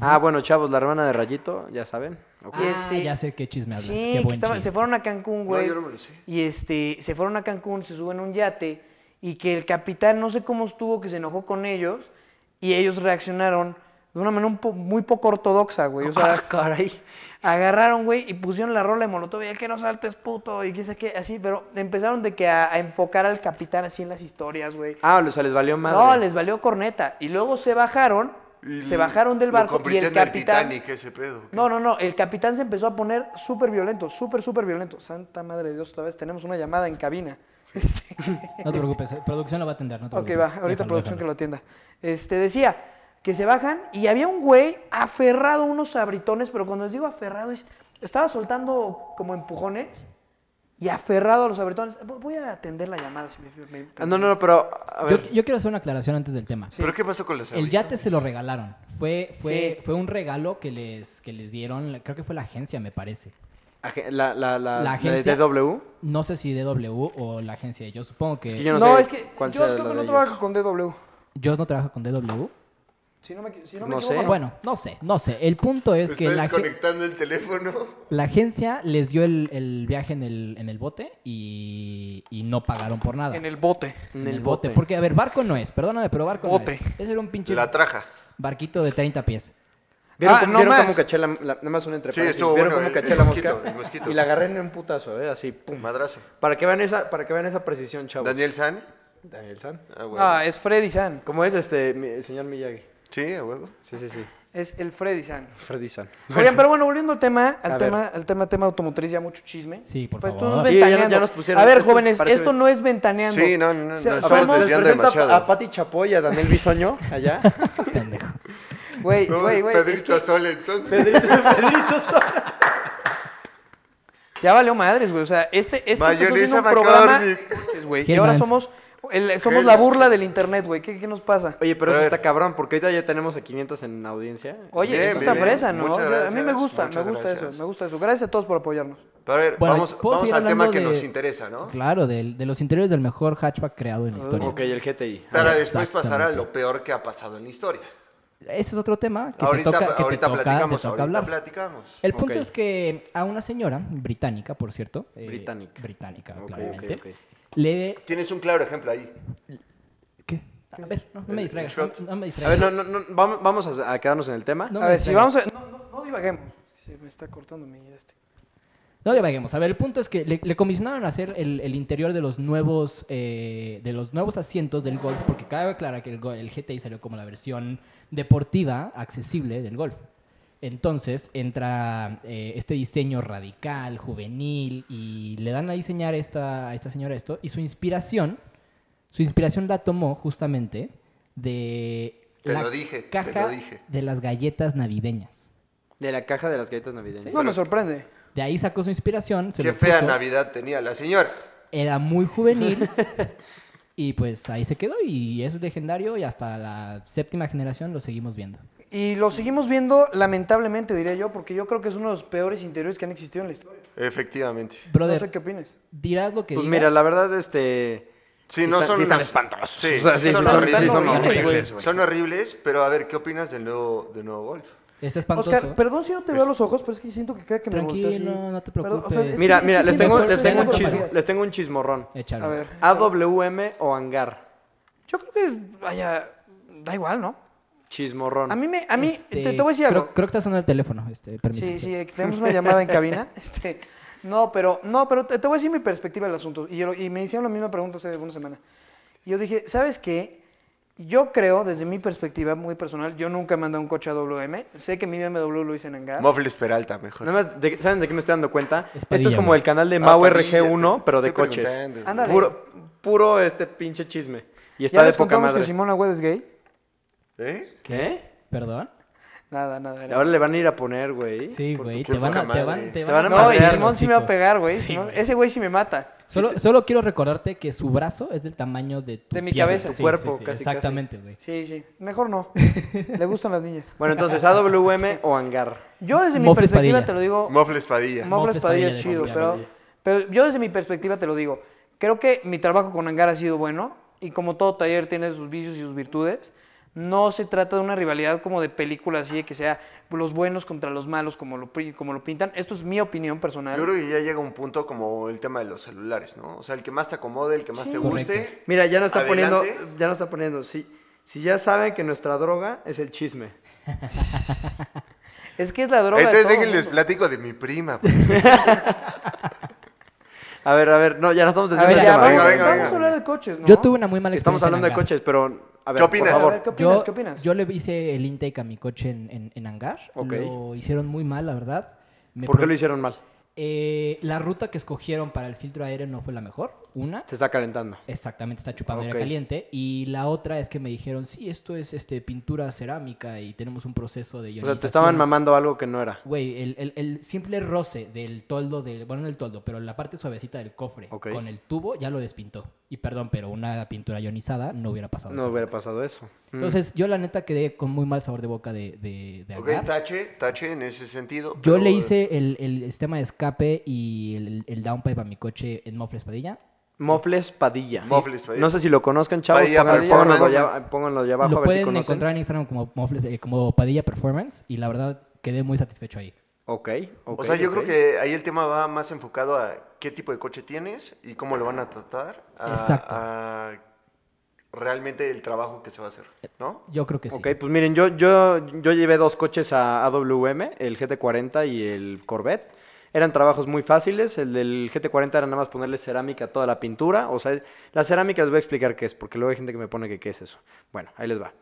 S3: Ah, bueno, chavos, la hermana de Rayito, ya saben. Ok.
S1: Ah, este-
S4: ya sé qué chisme hablas.
S1: Sí,
S4: qué
S1: que
S4: buen
S1: estaban-
S4: chisme.
S1: se fueron a Cancún, güey.
S2: yo no me lo sé.
S1: Y este, se fueron a Cancún, se suben a un yate y que el capitán no sé cómo estuvo que se enojó con ellos y ellos reaccionaron de una manera un po- muy poco ortodoxa, güey. O sea,
S3: Ah, caray.
S1: agarraron, güey, y pusieron la rola de Molotov y el que no saltes, puto, y que sé qué, así, pero empezaron de que a, a enfocar al capitán así en las historias, güey.
S3: Ah, o sea, les valió madre.
S1: No, les valió corneta. Y luego se bajaron,
S2: Y
S1: se bajaron del
S2: lo
S1: barco y
S2: convirtió
S1: el
S2: en
S1: capitán...
S2: Titanic, ese pedo. ¿qué?
S1: No, no, no. El capitán se empezó a poner súper violento, súper, súper violento. Santa madre de Dios, otra vez tenemos una llamada en cabina. Este,
S4: No te preocupes, eh, producción lo va a atender. No te
S1: ok, va.
S4: preocupes.
S1: Ahorita
S4: Déjalo,
S1: producción que
S4: déjalo.
S1: lo atienda. Este, decía que se bajan y había un güey aferrado a unos sabritones, pero cuando les digo aferrado es... Estaba soltando como empujones y aferrado a los sabritones. Vo- Voy a atender la llamada. si me- me- me-
S3: Ah, no, no, no, pero a ver.
S4: Yo, yo quiero hacer una aclaración antes del tema.
S1: Sí.
S2: ¿Pero qué pasó con los
S4: El yate se lo regalaron. Fue, fue,
S1: Sí.
S4: fue un regalo que les, que les dieron, la- creo que fue la agencia, me parece.
S3: Aje- La, la, la,
S4: La
S3: la
S4: agencia-
S3: de DW.
S4: No sé si DW o la agencia de Yo supongo que...
S3: Es que
S4: yo...
S3: yo no,
S1: No,
S3: sé
S1: es que
S3: cuál
S1: yo
S3: sea
S1: creo
S3: la
S1: que
S3: de
S1: no
S3: ellos.
S1: trabajo con DW.
S4: no trabaja con DW.
S1: Si no me, si no me
S3: No
S1: equivoco,
S3: sé.
S1: no.
S4: Bueno, no sé, no sé. El punto es que
S2: Está
S4: la, agen-
S2: desconectando el teléfono.
S4: la agencia les dio el, el viaje en el, en el bote y, y no pagaron por nada.
S1: En el bote.
S4: En el bote. Porque, a ver, barco no es, perdóname, pero barco
S1: Bote.
S4: no es. Ese era un pinche
S2: La traja.
S4: barquito de 30 pies.
S3: ¿Vieron,
S1: Ah,
S3: cómo,
S1: no
S3: vieron
S1: más.
S3: cómo caché la, la- nada más un entre
S2: Sí,
S3: paréntesis,
S2: estuvo
S3: ¿Vieron
S2: bueno,
S3: cómo
S2: el-
S3: caché
S2: el
S3: la
S2: mosquito,
S3: mosca?
S2: el mosquito.
S3: Y la agarré en un putazo, ¿eh? Así, pum.
S2: Madrazo.
S3: Para que vean esa, para que vean esa precisión, chavos.
S2: Daniel San.
S3: Daniel San.
S2: Ah, huevo.
S1: Ah, es Freddy San.
S3: ¿Cómo es este mi- el señor Miyagi?
S2: Sí, a huevo.
S3: Sí, sí, sí.
S1: Es el Freddy San.
S3: Freddy San.
S1: Oigan, pero bueno, volviendo al tema, al
S3: A
S1: tema, al tema, tema automotriz, ya mucho chisme.
S4: Sí, por
S1: pues tú
S4: favor.
S1: nos
S3: Sí, ya-
S1: ventaneando.
S3: ya nos pusieron-
S1: a ver,
S3: esto
S1: jóvenes,
S3: parece-
S1: esto no es ventaneando.
S2: Sí, no, no, no,
S1: O sea,
S2: no,
S3: A
S2: estamos
S3: ver,
S1: somos-
S3: les
S2: desviando
S3: presento
S2: demasiado.
S3: a, a Pati Chapoy, a Daniel Bisoño, allá.
S4: Pendejo.
S1: Güey, güey, güey. es
S2: Pedrito
S1: que
S2: Sol, entonces.
S3: Pedrito, Pedrito Sola.
S1: ya valió madres, güey. O sea, este, este empezó
S2: Mayonesa
S1: siendo un programa.
S2: McCormick.
S1: Puches, güey, Y
S4: Hellmans.
S1: ahora somos, el- somos la burla del internet, güey. ¿Qué, qué nos pasa?
S3: Oye, pero
S2: A
S3: eso
S2: ver.
S3: está cabrón, porque ahorita ya tenemos a 500 en audiencia.
S1: Oye,
S2: Bien,
S1: eso
S2: bien,
S1: está
S2: bien.
S1: fresa, ¿no?
S2: Muchas
S1: Yo- a mí me
S2: gracias,
S1: gusta, me
S2: muchas
S1: gusta
S2: gracias.
S1: eso, me gusta eso. Gracias a todos por apoyarnos.
S2: Pero a ver,
S4: Bueno,
S2: vamos,
S4: ¿puedo
S2: vamos
S4: seguir
S2: al tema
S4: hablando
S2: que
S4: de-
S2: nos interesa, ¿no? Ah,
S4: Claro, del- de los interiores del mejor hatchback creado en la historia.
S3: Ok, el GTI.
S2: Para después pasar a
S4: Exactamente.
S2: lo peor que ha pasado en la historia.
S4: Ese es otro tema que
S2: ahorita
S4: te toca, que
S2: ahorita
S4: te toca,
S2: platicamos,
S4: te toca
S2: ahorita
S4: hablar.
S2: platicamos.
S4: El punto
S3: Ok.
S4: es que a una señora, británica, por cierto. eh,
S3: Británica.
S4: británica,
S3: Ah, Ok,
S4: claramente.
S3: ok, ok.
S4: Le...
S2: Tienes un claro ejemplo ahí.
S4: ¿Qué? A ver, no, no me distraigas. No,
S2: shot.
S4: no me
S3: A ver,
S4: distraigas.
S3: no, no, no, vamos, vamos a, a quedarnos en el tema.
S4: No
S1: a
S4: me
S1: ver, si
S4: distraigas.
S1: vamos a... No, no, no divaguemos. Se me está cortando mi este.
S4: No divaguemos. A ver, el punto es que le, le comisionaron a hacer el, el interior de los nuevos eh, de los nuevos asientos del Golf, porque cabe aclarar que el, Go- el GTI salió como la versión deportiva accesible del Golf. Entonces entra eh, este diseño radical, juvenil, y le dan a diseñar esta, a esta señora esto, y su inspiración, su inspiración la tomó justamente de
S2: Te
S4: la
S2: lo dije, te
S4: caja
S2: lo dije.
S4: de las galletas navideñas.
S3: De la caja de las galletas navideñas.
S1: No me sorprende.
S4: De ahí sacó su inspiración. Se
S2: Qué
S4: lo
S2: fea
S4: puso.
S2: Navidad tenía la señora.
S4: era muy juvenil y pues ahí se quedó y es legendario y hasta la séptima generación lo seguimos viendo.
S1: Y lo seguimos viendo, lamentablemente, diría yo, porque yo creo que es uno de los peores interiores que han existido en la historia.
S2: Efectivamente.
S4: Brother,
S1: No sé qué opinas.
S4: dirás lo que
S3: Pues
S4: digas.
S3: mira, la verdad, este.
S2: Sí, no
S3: están-
S2: son
S3: sí están
S2: unas-
S3: espantosos.
S2: Sí,
S3: O sea, sí,
S2: son,
S3: sí son
S2: horribles,
S3: horribles,
S2: son
S3: son
S2: horribles,
S3: horribles, güey.
S2: Son horribles, pero a ver, ¿qué opinas del nuevo, del nuevo golf?
S4: Está espantoso.
S1: Oscar, perdón si no te veo a los ojos, pero es que siento que cada que
S4: Tranquilo,
S1: me volteo así-
S4: no te
S1: Perdón,
S4: preocupes.
S1: es que-
S3: Mira,
S1: es que
S3: mira, les
S1: siento
S3: tengo,
S1: que
S4: todos
S3: les,
S1: me
S3: tengo un
S4: tenemos
S1: volteo
S4: chisme-
S3: chismo-
S1: varias.
S3: les tengo un chismorrón.
S4: Échalo.
S1: A ver,
S3: AWM o hangar.
S1: yo creo que, vaya, da igual, ¿no?
S3: Chismorrón.
S1: A mí me, a mí,
S4: Este,
S1: te, te voy a decir
S4: creo,
S1: algo.
S4: Creo que está sonando el teléfono, este, permiso.
S1: Sí, sí, eh, tenemos una llamada en cabina. Este, no, pero, no, pero te, te voy a decir mi perspectiva del asunto. Y, yo lo- y me hicieron la misma pregunta hace una semana. Y yo dije, ¿sabes qué? Yo creo, desde mi perspectiva muy personal, yo nunca he mandado un coche a WM. Sé que mi BMW lo hice en hangar.
S2: Mofles Peralta, mejor.
S3: Nada más, de- ¿saben de qué me estoy dando cuenta? Esto es
S4: Padilla,
S3: como
S4: güey.
S3: el canal de
S2: Ah,
S3: Mau
S2: Padilla,
S3: RG1,
S2: te- te
S3: pero de
S2: estoy
S3: coches.
S2: preguntando.
S1: Ándale.
S3: Puro, puro este pinche chisme. Y
S1: ¿Ya
S3: está de
S1: les
S3: poca
S1: contamos
S3: madre.
S1: que Simona Wed es gay?
S2: ¿Eh?
S3: ¿Qué?
S4: ¿Perdón?
S1: Nada, nada. era-
S3: Ahora le van a ir a poner, güey.
S4: Sí,
S3: por
S4: güey,
S2: tu
S4: te van,
S2: poca
S4: a, te,
S2: madre.
S4: van,
S2: Te
S4: van a
S3: van a
S1: No, y
S3: madrear,
S1: Simón sí me va a pegar, güey.
S4: Sí,
S1: Simón-
S4: güey.
S1: Ese güey sí me mata.
S4: Solo, solo quiero recordarte que su brazo es del tamaño de tu
S1: De mi
S4: pierna.
S1: cabeza.
S4: Sí,
S1: Tu
S3: cuerpo,
S4: sí, sí,
S3: casi,
S4: Exactamente, güey.
S1: Sí, sí. Mejor no. Le gustan las niñas.
S3: Bueno, entonces, AWM o hangar.
S1: Yo desde mi
S4: Mofles
S1: perspectiva
S4: Padilla.
S1: te lo digo.
S2: Mofles Padilla.
S1: Mofles
S4: Mofles
S1: Padilla
S4: Padilla
S1: es
S4: de
S1: chido,
S4: Mofles
S1: pero,
S3: Padilla.
S1: pero yo desde mi perspectiva te lo digo. Creo que mi trabajo con Hangar ha sido bueno y como todo taller tiene sus vicios y sus virtudes. No se trata de una rivalidad como de película así, de que sea los buenos contra los malos como lo, pri- como lo pintan. Esto es mi opinión personal.
S2: Yo creo que ya llega un punto como el tema de los celulares, ¿no? O sea, el que más te acomode, el que más te guste.
S3: Mira, ya no está
S2: Adelante.
S3: poniendo, ya no está poniendo, si, si ya saben que nuestra droga es el chisme.
S1: Es que es la droga. de
S2: Entonces
S1: todo
S2: déjenles
S1: mundo.
S2: platico de mi prima.
S3: A ver, a ver, no, ya no estamos
S4: A
S3: haciendo
S4: ver,
S3: el
S4: ya,
S3: tema.
S4: vamos-
S2: Venga, venga,
S1: vamos
S2: venga.
S1: a hablar de coches. ¿no?
S4: Yo tuve una muy mala
S3: Estamos
S4: experiencia. en
S3: hablando de
S4: hangar.
S3: coches, pero a ver,
S2: ¿Qué opinas?
S3: por
S1: A
S3: favor.
S1: ver, ¿qué opinas?
S4: Yo-
S1: ¿Qué opinas?
S4: Yo le hice el intake a mi coche en, en- en hangar.
S3: Ok.
S4: Lo hicieron muy mal, la verdad. Me
S3: ¿Por qué
S4: pro-
S3: lo hicieron mal?
S4: Eh, la ruta que escogieron para el filtro aéreo no fue la mejor. Una.
S3: Se está calentando.
S4: Exactamente, está chupando aire
S3: Ok.
S4: caliente. Y la otra es que me dijeron, sí, esto es este, pintura cerámica y tenemos un proceso de
S3: O sea,
S4: ionización.
S3: te estaban mamando algo que no era.
S4: Güey, el, el- el simple roce del toldo, del, bueno, no el toldo, pero la parte suavecita del cofre
S3: Ok.
S4: con el tubo ya lo despintó. Y perdón, pero una pintura ionizada no hubiera pasado
S3: No
S4: esa
S3: hubiera
S4: ruta.
S3: pasado eso. Mm.
S4: Entonces, yo la neta quedé con muy mal sabor de boca de, de, de
S2: ok,
S4: hangar.
S2: tache, tache en ese sentido.
S4: Yo
S2: pero-
S4: le hice el, el sistema de escape y el, el downpipe a mi coche en Mofles Padilla.
S3: Mofles Padilla.
S2: Sí. Mofles Padilla.
S3: No sé si lo conozcan, chavos.
S2: Padilla
S3: pónganlo,
S2: Performance.
S3: pónganlo allá, pónganlo allá abajo
S4: Lo
S3: a ver si
S4: pueden
S3: conocen.
S4: encontrar en Instagram como, Mofles, eh, como Padilla Performance y la verdad quedé muy satisfecho ahí.
S3: Ok, ok.
S2: o sea, yo
S3: ok.
S2: creo que ahí el tema va más enfocado a qué tipo de coche tienes y cómo lo van a tratar. A,
S4: Exacto.
S2: a realmente el trabajo que se va a hacer, ¿no?
S4: Yo creo que sí.
S3: Ok, pues miren, yo, yo, yo llevé dos coches a AWM, el GT40 y el Corvette. Eran trabajos muy fáciles. El del GT40 era nada más ponerle cerámica a toda la pintura. O sea, la cerámica les voy a explicar qué es, porque luego hay gente que me pone que qué es eso. Bueno, ahí les va.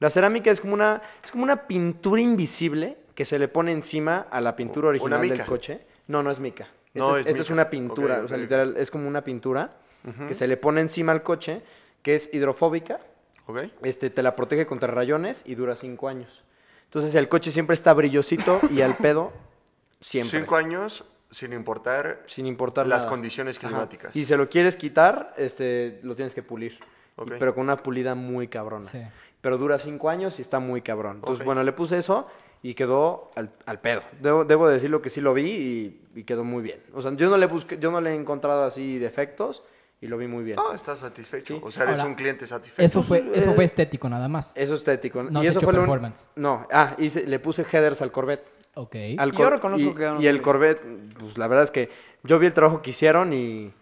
S3: La cerámica es como una, es como una pintura invisible que se le pone encima a la pintura
S2: Una
S3: original del
S2: mica.
S3: coche. No, no es mica.
S2: No
S3: Esta
S2: es
S3: esta
S2: mica.
S3: una pintura,
S2: Ok,
S3: o sea,
S2: ok.
S3: literal, es como una pintura que se le pone encima al coche, que es hidrofóbica
S2: Ok.
S3: este, te la protege contra rayones y dura cinco años. Entonces el coche siempre está brillosito y al pedo siempre.
S2: Cinco años sin importar
S3: Sin importar
S2: las
S3: nada.
S2: condiciones
S3: Ajá.
S2: climáticas.
S3: Y se lo quieres quitar, este, lo tienes que pulir. Y-
S2: Ok.
S3: Pero con una pulida muy cabrona.
S4: Sí.
S3: Pero dura cinco años y está muy cabrón. Entonces,
S2: Ok.
S3: bueno, le puse eso y quedó al, al pedo. Debo, debo decirlo que sí lo vi y, y quedó muy bien. O sea, yo no le busqué, yo no le he encontrado así defectos y lo vi muy bien.
S2: No, Ah, estás satisfecho.
S3: Sí.
S2: O sea, eres
S4: Ahora,
S2: un cliente satisfecho.
S4: Eso fue,
S3: Pues,
S4: eso
S3: eh,
S4: fue estético nada más.
S3: Eso estético.
S4: No
S3: y
S4: has
S3: eso
S4: hecho
S3: fue lo un-
S4: performance.
S3: No, ah, hice- le puse headers al Corvette.
S4: Ok.
S3: Al
S1: Yo
S3: Cor-
S1: reconozco
S3: y,
S1: que ganaron
S3: y el
S1: bien.
S3: Corvette, pues la verdad es que yo vi el trabajo que hicieron y,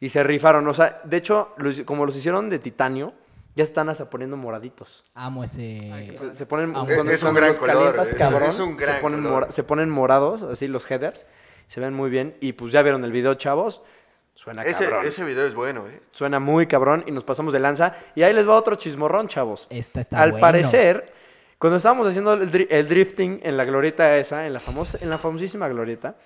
S3: y se rifaron. O sea, de hecho, los- como los hicieron de titanio, ya están hasta poniendo moraditos.
S4: Amo ese...
S1: Ay, qué
S3: Se, se ponen,
S4: Ah,
S3: cuando-
S4: es-
S2: es un
S3: cuando
S2: gran
S3: los
S2: color,
S3: calientas,
S2: es-
S3: cabrón,
S2: es un gran
S3: se, ponen
S2: color.
S3: mora- se ponen morados, así los headers, se ven muy bien. Y pues ya vieron el video, chavos. Suena
S2: Ese,
S3: cabrón.
S2: ese video es bueno, ¿eh?
S3: Suena muy cabrón y nos pasamos de lanza. Y ahí les va otro chismorrón, chavos.
S4: Esta está
S3: Al
S4: bueno.
S3: parecer, cuando estábamos haciendo el, dri- el drifting en la glorieta esa, en la, famosa, en la famosísima glorieta,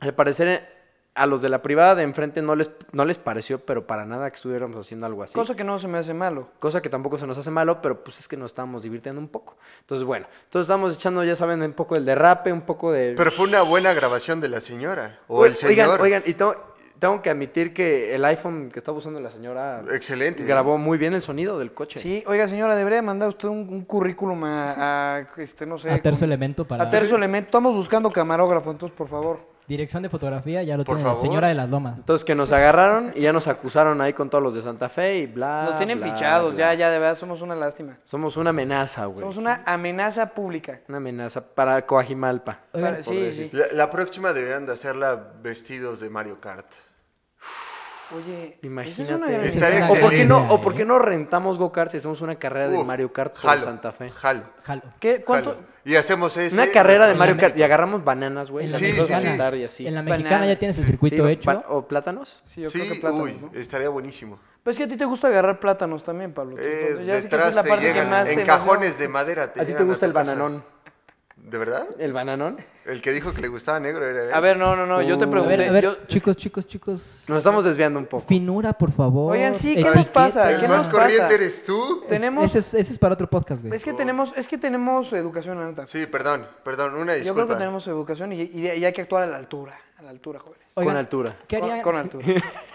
S3: al parecer eh, a los de la privada de enfrente no les, no les pareció, pero para nada que estuviéramos haciendo algo así.
S1: Cosa que no se me hace malo.
S3: Cosa que tampoco se nos hace malo, pero pues es que nos estábamos divirtiendo un poco. Entonces, bueno, entonces estábamos echando, ya saben, un poco el derrape, un poco de...
S2: Pero fue una buena grabación de la señora. O
S3: Oigan,
S2: el señor.
S3: Oigan, y tengo, tengo que admitir que el iPhone que estaba usando la señora...
S2: Excelente.
S3: Grabó muy bien el sonido del coche.
S1: Sí, oiga señora, debería mandar usted un, un currículum a, a, este, no sé.
S4: A terzo
S1: con-
S4: elemento para...
S1: a terzo elemento. Estamos buscando camarógrafo, entonces por favor.
S4: Dirección de fotografía, ya lo
S2: Por
S4: tiene
S2: favor.
S4: Señora de las Lomas.
S3: Entonces que nos agarraron y ya nos acusaron ahí con todos los de Santa Fe y bla.
S1: Nos tienen
S3: bla,
S1: fichados,
S3: bla.
S1: ya, ya, de verdad, somos una lástima.
S3: Somos una amenaza, güey.
S1: Somos una amenaza pública.
S3: Una amenaza para Coajimalpa.
S4: Oigan,
S1: Para-
S3: por
S1: sí, sí.
S3: decir.
S2: La, la próxima deberían de hacerla vestidos de Mario Kart.
S1: Oye, esa es una
S3: Imagínate.
S1: gran
S2: Estaría Estaría
S1: idea.
S3: o por qué
S2: excelente,
S3: no,
S4: ¿eh?
S3: o por qué no rentamos go-karts y hacemos una carrera de
S2: Uf,
S3: Mario Kart por
S2: jalo,
S3: Santa Fe.
S2: Jalo.
S4: Jalo.
S1: ¿Qué, ¿Cuánto?
S2: jalo. Y hacemos eso.
S3: Una carrera de Mario
S4: la
S3: Kart y agarramos bananas, güey.
S4: En la
S3: las
S2: Sí,
S3: podemos
S2: sí, sí.
S3: sentar y así.
S4: En la
S3: Sí,
S4: mexicana ya
S1: Bananas.
S4: tienes el circuito
S3: ba-
S4: hecho.
S3: ¿O plátanos?
S1: Sí, yo creo que
S2: Sí,
S1: plátanos,
S2: uy,
S1: ¿no?
S2: estaría buenísimo.
S1: Pues es que a ti te gusta agarrar plátanos también, Pablo.
S2: Eh,
S1: Entonces, ya sé que esa
S2: detrás
S1: es la
S2: te
S1: parte que
S2: llegan,
S1: más
S2: en
S1: te
S2: cajones de madera.
S3: ¿A ti te
S2: llegan tu
S3: gusta el
S2: casa.
S3: bananón?
S2: ¿De verdad?
S3: ¿El bananón?
S2: El que dijo que le gustaba negro era él.
S1: A ver, no, no, no, yo te
S3: Uh.
S4: A
S1: pregunté.
S4: ver, a ver,
S1: yo-
S4: chicos, chicos, chicos.
S3: Nos estamos desviando un poco.
S4: Finura, por favor.
S1: Oigan, sí, ¿qué
S4: Etiqueta.
S1: nos pasa?
S2: el
S1: ¿Qué
S2: más
S1: nos
S2: corriente
S1: pasa?
S2: eres tú.
S1: tenemos,
S4: Ese es, ese es para otro podcast, güey.
S1: es que tenemos, es que tenemos educación, la neta.
S2: Sí, perdón, perdón, una
S1: yo
S2: disculpa.
S1: creo que tenemos educación y, y- y hay que actuar a la altura, a la altura, jóvenes.
S4: Oigan,
S3: Con altura.
S4: ¿qué
S1: Con-
S4: harían,
S1: con altura.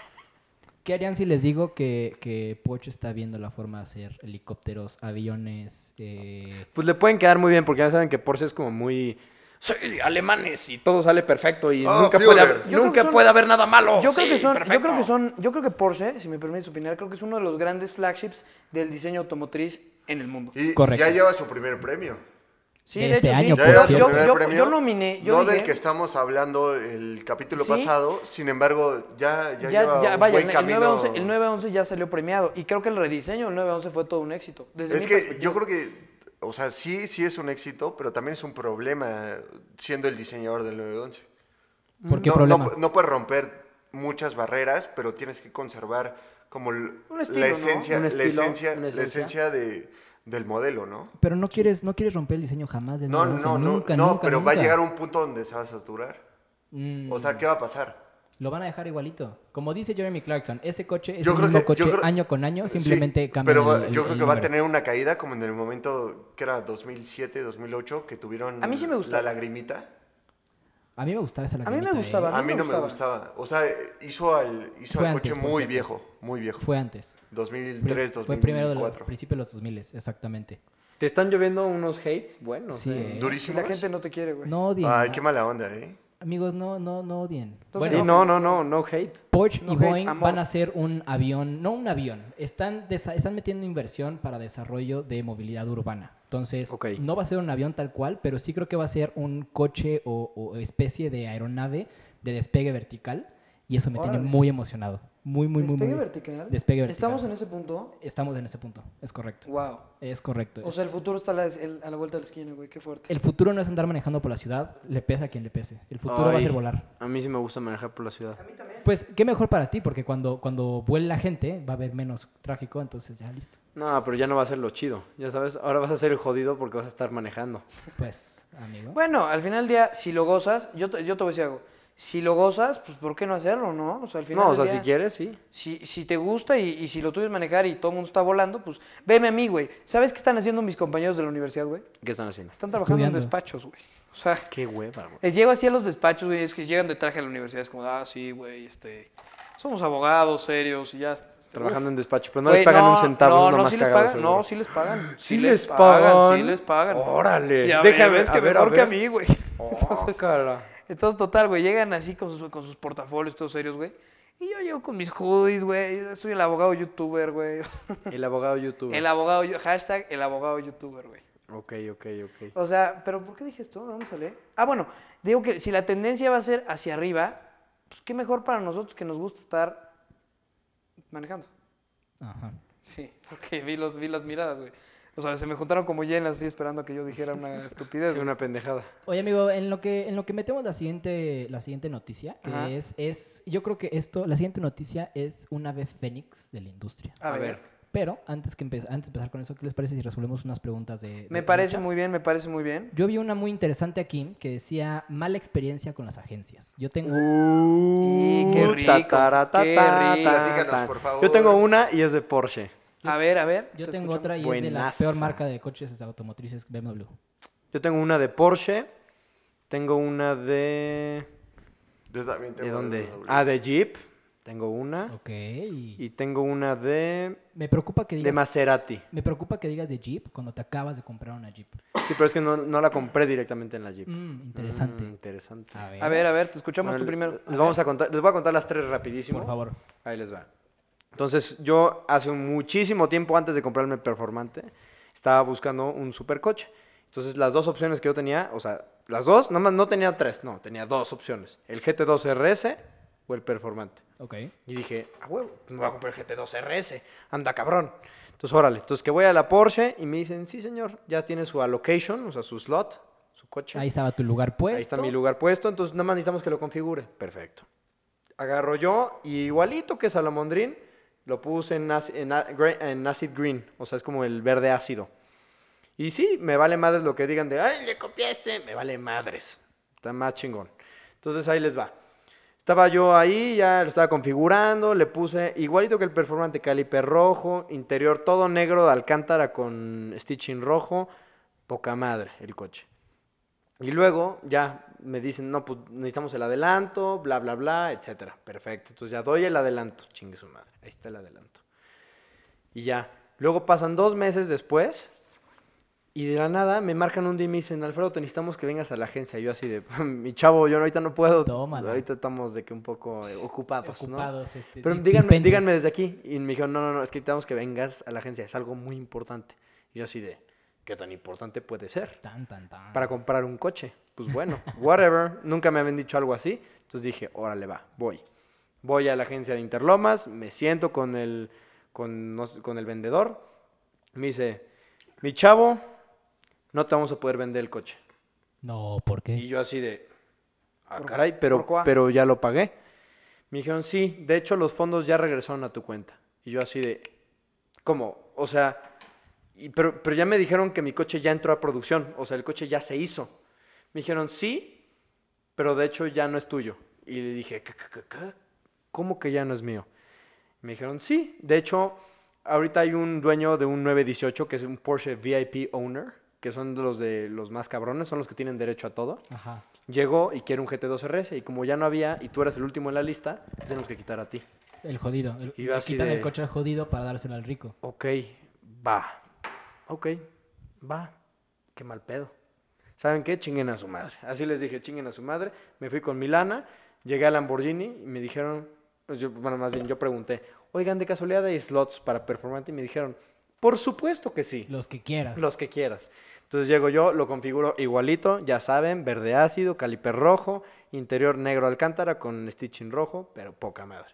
S4: qué harían si les digo que, que Pocho está viendo la forma de hacer helicópteros, aviones? eh,
S3: Pues le pueden quedar muy bien porque ya saben que Porsche es como muy... soy alemanes y todo sale perfecto y
S2: Ah,
S3: nunca, puede,
S2: Führer.
S3: haber-
S1: Yo creo
S3: nunca
S1: que son-
S3: puede haber nada malo.
S1: Yo creo,
S3: Oh, Sí,
S1: que son, yo
S3: perfecto.
S1: creo que son, yo creo que Porsche, si me permites opinar, creo que es uno de los grandes flagships del diseño automotriz en el mundo.
S2: Y
S4: Correcto.
S2: ya lleva su primer premio.
S1: Sí,
S4: De
S1: de,
S4: este
S1: hecho, sí.
S2: Ya
S4: año, por
S2: lleva
S1: yo,
S2: su
S4: cierto.
S2: primer
S1: yo-
S2: premio.
S1: yo nominé, yo
S2: no
S1: dije-
S2: del que estamos hablando el capítulo
S1: Sí.
S2: pasado. Sin embargo, ya, ya,
S1: ya,
S2: lleva
S1: ya,
S2: un
S1: vaya,
S2: buen
S1: el,
S2: camino.
S1: 911, el 911 ya salió premiado y creo que el rediseño del 911 fue todo un éxito. Desde
S2: Es
S1: mi
S2: que
S1: perspectiva.
S2: yo creo que, o sea, sí, sí es un éxito, pero también es un problema siendo el diseñador del 911.
S4: ¿Por qué
S2: Mm, no,
S4: problema?
S2: No, pu- no puedes romper muchas barreras, pero tienes que conservar como l-
S1: Un estilo,
S2: la
S1: ¿no?
S2: esencia,
S3: Un
S2: la
S3: estilo,
S2: esencia,
S3: una
S2: la esencia de, del modelo, ¿no?
S4: Pero no quieres, no quieres romper el diseño jamás del
S2: No,
S4: 911,
S2: no, no,
S4: nunca,
S2: no,
S4: nunca,
S2: pero va
S4: nunca.
S2: a llegar un punto donde se va a saturar.
S4: Mm,
S2: O sea, ¿qué va a pasar?
S4: lo van a dejar igualito. Como dice Jeremy Clarkson, ese coche es
S2: Yo
S4: el
S2: creo
S4: mismo
S2: que-
S4: coche
S2: yo creo-
S4: año con año,
S2: Sí,
S4: simplemente cambia
S2: Pero va-
S4: el- el-
S2: yo creo
S4: el
S2: que va a
S4: número.
S2: tener una caída como en el momento que era 2007, 2008, que tuvieron
S1: A mí sí me gustó.
S2: la lagrimita.
S4: A mí me gustaba esa
S1: A mí me
S4: lagrimita, ¿eh?
S1: gustaba.
S2: A mí no me gustaba. O sea, hizo al, hizo
S4: Fue
S2: al
S4: antes,
S2: coche
S4: por
S2: muy
S4: cierto.
S2: viejo, muy viejo.
S4: Fue antes.
S2: 2003,
S4: fue primero de
S2: 2004.
S4: los principios de los 2000, exactamente.
S3: Te están lloviendo unos hates buenos.
S4: Sí,
S3: eh.
S4: eh.
S1: Si
S2: Durísimo.
S1: la gente no te quiere, güey.
S4: No odien.
S2: Ay,
S4: ¿no?
S2: qué mala onda, ¿eh?
S4: Amigos, no, no, no odien.
S1: Entonces,
S3: Sí,
S4: bueno,
S3: no, no, no, no hate.
S4: Porsche
S1: no
S4: y
S1: hate,
S4: Boeing
S1: amor.
S4: van a hacer un avión, no un avión, están, desa- están metiendo inversión para desarrollo de movilidad urbana. Entonces,
S3: Ok.
S4: no va a ser un avión tal cual, pero sí creo que va a ser un coche o, o especie de aeronave de despegue vertical. Y eso me tiene
S1: Órale.
S4: muy emocionado. Muy, muy, muy,
S1: Despegue
S4: muy.
S1: vertical.
S4: Despegue vertical.
S1: Estamos en ese punto.
S4: Estamos en ese punto, es correcto.
S1: Wow.
S4: Es correcto.
S1: O sea, el futuro está a la, el- a la vuelta de la esquina, güey. Qué fuerte.
S4: el futuro no es andar manejando por la ciudad, le pesa a quien le pese. El futuro va a
S3: Ay,
S4: ser volar.
S3: A mí sí me gusta manejar por la ciudad.
S4: Pues qué mejor para ti, porque cuando, cuando vuele la gente va a haber menos tráfico, entonces ya listo.
S3: No, pero ya no va a ser lo chido. Ya sabes, ahora vas a ser el jodido porque vas a estar manejando.
S4: Pues, amigo.
S1: Bueno, al final del día, si lo gozas, yo te, yo te voy a decir algo. Si lo gozas, pues ¿por qué no hacerlo, no? O sea, al final
S3: No, o
S1: del
S3: sea,
S1: día-
S3: si quieres, sí.
S1: Si, si te gusta y, y si lo tuyes manejar y todo el mundo está volando, pues veme a mí, güey. ¿Sabes qué están haciendo mis compañeros de la universidad, güey?
S3: ¿Qué están haciendo?
S1: Están trabajando
S4: Estudiando.
S1: en despachos, güey. O sea,
S3: Qué hueva, güey.
S1: eh, llego así a los despachos, güey, es que llegan de traje a la universidad, es como, ah, sí, güey, este, somos abogados serios y ya. este,
S3: Trabajando en despacho, pero
S1: Uf.
S3: no
S1: Güey,
S3: les pagan un centavo.
S1: No,
S3: es lo
S1: no,
S3: más
S1: sí les
S3: cagado,
S1: pagan,
S3: seguro.
S1: no, sí les pagan.
S3: Sí les pagan.
S1: Sí les pagan.
S3: Órale.
S1: Ya
S3: Déjame-
S1: ves
S3: a
S1: que
S3: ver, a
S1: mejor que a
S3: ver.
S1: mí, güey.
S3: Entonces, cara.
S1: Entonces, total, güey, llegan así con sus, con sus portafolios todos serios, güey. Y yo llego con mis hoodies, güey. Soy el abogado youtuber, güey.
S3: El abogado youtuber.
S1: El abogado, yo- hashtag el abogado youtuber, güey.
S3: Ok, ok, ok.
S1: O sea, pero ¿por qué dije esto? ¿De dónde sale? Ah, bueno, digo que si la tendencia va a ser hacia arriba, pues qué mejor para nosotros que nos gusta estar manejando.
S4: Ajá.
S1: Sí, porque vi, los, vi las miradas, güey. O sea, se me juntaron como llenas así esperando a que yo dijera una estupidez.
S3: Es
S1: güey.
S3: una pendejada.
S4: Oye, amigo, en lo que, en lo que metemos la siguiente, la siguiente noticia, que
S1: Ajá.
S4: es, es, yo creo que esto, la siguiente noticia es un ave fénix de la industria.
S1: A,
S3: A
S1: ver,
S3: ver.
S4: Pero antes, que empe- antes de empezar con eso, ¿qué les parece si resolvemos unas preguntas de... de-
S1: me
S4: del
S1: parece
S4: chat?
S1: muy bien, me parece muy bien.
S4: Yo vi una muy interesante aquí que decía mala experiencia con las agencias. Yo tengo...
S1: Y qué
S3: Uh,
S1: rico,
S3: tataratata,
S1: qué rico.
S2: Platícanos, por favor.
S3: Yo tengo una y es de Porsche.
S1: A ver, a ver.
S4: Yo
S1: te
S4: tengo
S1: escucho.
S4: otra y es de la
S3: Buenaza.
S4: peor marca de coches automotrices BMW.
S3: Yo tengo una de Porsche. Tengo una de.
S2: Yo también tengo
S3: ¿De dónde?
S2: BMW.
S3: Ah, de Jeep. Tengo una.
S4: Ok. y
S3: Y tengo una de.
S4: Me preocupa que
S3: De
S4: digas...
S3: Maserati.
S4: Me preocupa que digas de Jeep cuando te acabas de comprar una Jeep.
S3: Sí, pero es que no, no la compré directamente en la Jeep.
S4: Mm, interesante.
S3: Mm, interesante.
S4: A ver,
S1: A ver, a ver, te escuchamos
S3: Bueno,
S1: tú primero.
S3: Les, vamos a contar, les voy a contar las tres rapidísimo.
S4: por favor.
S3: Ahí les va. Entonces, yo hace muchísimo tiempo antes de comprarme Performante, estaba buscando un supercoche. Entonces, las dos opciones que yo tenía, o sea, las dos, nada más no tenía tres, no, tenía dos opciones. El GT2 RS o el Performante.
S4: Ok.
S3: Y dije, a huevo, pues me voy a comprar el GT2 RS, anda cabrón. Entonces, órale, entonces que voy a la Porsche y me dicen, sí señor, ya tiene su allocation, o sea, su slot, su coche.
S4: Ahí estaba tu lugar pues. puesto.
S3: Ahí está mi lugar puesto, entonces nada más necesitamos que lo configure. Perfecto. Agarro yo, y igualito que Salamondrín, lo puse en, ac- en a- gre- en acid green, o sea, es como el verde ácido. Y sí, me vale madres lo que digan de, ay, le copiaste, me vale madres. Está más chingón. Entonces ahí les va. Estaba yo ahí, ya lo estaba configurando, le puse igualito que el performante caliper rojo, interior todo negro de alcántara con stitching rojo, poca madre el coche. Y luego ya me dicen, no, pues necesitamos el adelanto, bla, bla, bla, etcétera. Perfecto. Entonces ya doy el adelanto, chingue su madre. Ahí está el adelanto. Y ya. Luego pasan dos meses después Y de la nada me marcan un día y me dicen, Alfredo, te necesitamos que vengas a la agencia. Y yo así de, mi chavo, yo ahorita no puedo.
S4: Tómala.
S3: Ahorita estamos de que un poco eh, ocupados, ¿no?
S4: Ocupados, este,
S3: Pero pues,
S4: dis-
S3: díganme,
S4: dispensen.
S3: díganme desde aquí. Y me dijeron, no, no, no, es que necesitamos que vengas a la agencia. Es algo muy importante. Y yo así de, ¿qué tan importante puede ser?
S4: Tan, tan, tan.
S3: Para comprar un coche. Pues bueno, whatever. Nunca me habían dicho algo así. Entonces dije, órale, va, voy. Voy a la agencia de Interlomas, me siento con el, con, no sé, con el vendedor. Me dice, mi chavo, no te vamos a poder vender el coche.
S4: No, ¿por
S3: Y
S4: qué?
S3: yo así de, ah,
S1: Por-
S3: caray,
S1: por
S3: pero,
S1: cuá.
S3: pero ya lo pagué. Me dijeron, sí, de hecho los fondos ya regresaron a tu cuenta. Y yo así de, ¿cómo? O sea, y- pero, pero ya me dijeron que mi coche ya entró a producción, o sea, el coche ya se hizo. Me dijeron, sí, pero de hecho ya no es tuyo. Y le dije, "¿Qué, qué, qué, qué? ¿cómo que ya no es mío? Me dijeron, sí, de hecho, ahorita hay un dueño de un 918 que es un Porsche VIP Owner, que son de los de los más cabrones, son los que tienen derecho a todo
S4: Ajá.
S3: llegó y quiere un GT2 RS y como ya no había y tú eras el último en la lista, te tenemos que quitar a ti.
S4: El jodido. El,
S3: Y yo
S4: le
S3: así
S4: quitan
S3: de-
S4: el coche al jodido para dárselo al rico.
S3: Ok, va. Ok, va. Qué mal pedo. ¿Saben qué? Chinguen a su madre. Así les dije, chinguen a su madre. Me fui con Milana, llegué a Lamborghini y me dijeron, pues yo- bueno, más bien yo pregunté, oigan, de casualidad hay slots para performante y me dijeron, por supuesto que sí.
S4: Los que quieras.
S3: Los que quieras. Entonces llego yo, lo configuro igualito, ya saben, verde ácido, caliper rojo, interior negro alcántara con stitching rojo, pero poca madre.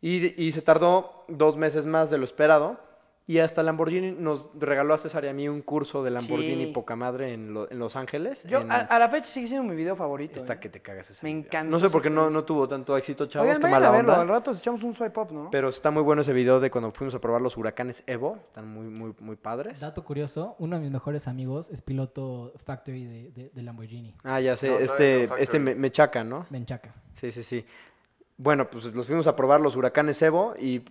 S3: Y, y se tardó dos meses más de lo esperado. Y hasta Lamborghini nos regaló a César y a mí un curso de Lamborghini
S1: Sí.
S3: poca madre en, lo- en Los Ángeles.
S1: Yo,
S3: en-
S1: a, a la fecha sigue siendo mi video favorito.
S3: está
S1: ¿eh?
S3: que te cagas ese
S1: Me
S3: video.
S1: encantó
S3: No sé
S1: esa
S3: por qué no,
S1: experiencia.
S3: no tuvo tanto éxito, chavos.
S1: Oigan,
S3: qué
S1: vayan
S3: mala
S1: a verlo.
S3: onda.
S1: Al rato les echamos un swipe up, ¿no?
S3: Pero está muy bueno ese video de cuando fuimos a probar los huracanes Evo. Están muy, muy, muy padres.
S4: Dato curioso, uno de mis mejores amigos es piloto factory de, de- de Lamborghini,
S3: Ah, ya sé,
S2: No, no, no,
S3: este, este
S2: Factory.
S3: me, me chaca, ¿no?
S4: Menchaca.
S3: Sí, sí, sí. Bueno, pues los fuimos a probar los huracanes Evo y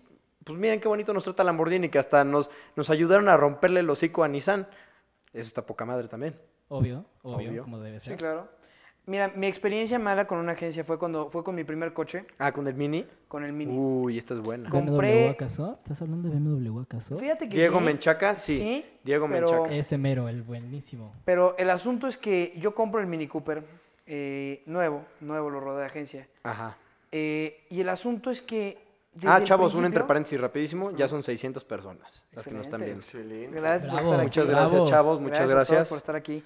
S3: pues miren qué bonito nos trata Lamborghini, que hasta nos, nos ayudaron a romperle el hocico a Nissan. Eso está poca madre también.
S4: Obvio, obvio,
S3: Obvio.
S4: como debe ser.
S1: Sí, claro. Mira, mi experiencia mala con una agencia fue cuando fue con mi primer coche,
S3: Ah, con el Mini.
S1: con el Mini.
S3: Uy, esta es buena.
S1: Con-
S4: ¿BMW
S1: Compré-
S4: acaso? ¿Estás hablando de BMW acaso?
S1: Fíjate que
S3: Diego
S1: sí,
S3: Menchaca, sí. Diego
S1: pero-
S3: Menchaca.
S4: Ese mero, el buenísimo.
S1: Pero el asunto es que yo compro el Mini Cooper eh, nuevo, nuevo lo rodé de agencia.
S3: Ajá.
S1: Eh, y el asunto es que desde
S3: Ah,
S1: el
S3: chavos, un entre
S1: principio-
S3: paréntesis rapidísimo. Ya son 600 personas las que nos están viendo.
S1: Excelente.
S2: Excelente.
S1: Gracias por
S4: Bravo,
S1: estar aquí.
S3: Muchas
S4: Bravo.
S3: gracias, chavos. Muchas
S1: a todos
S3: gracias.
S1: por estar aquí.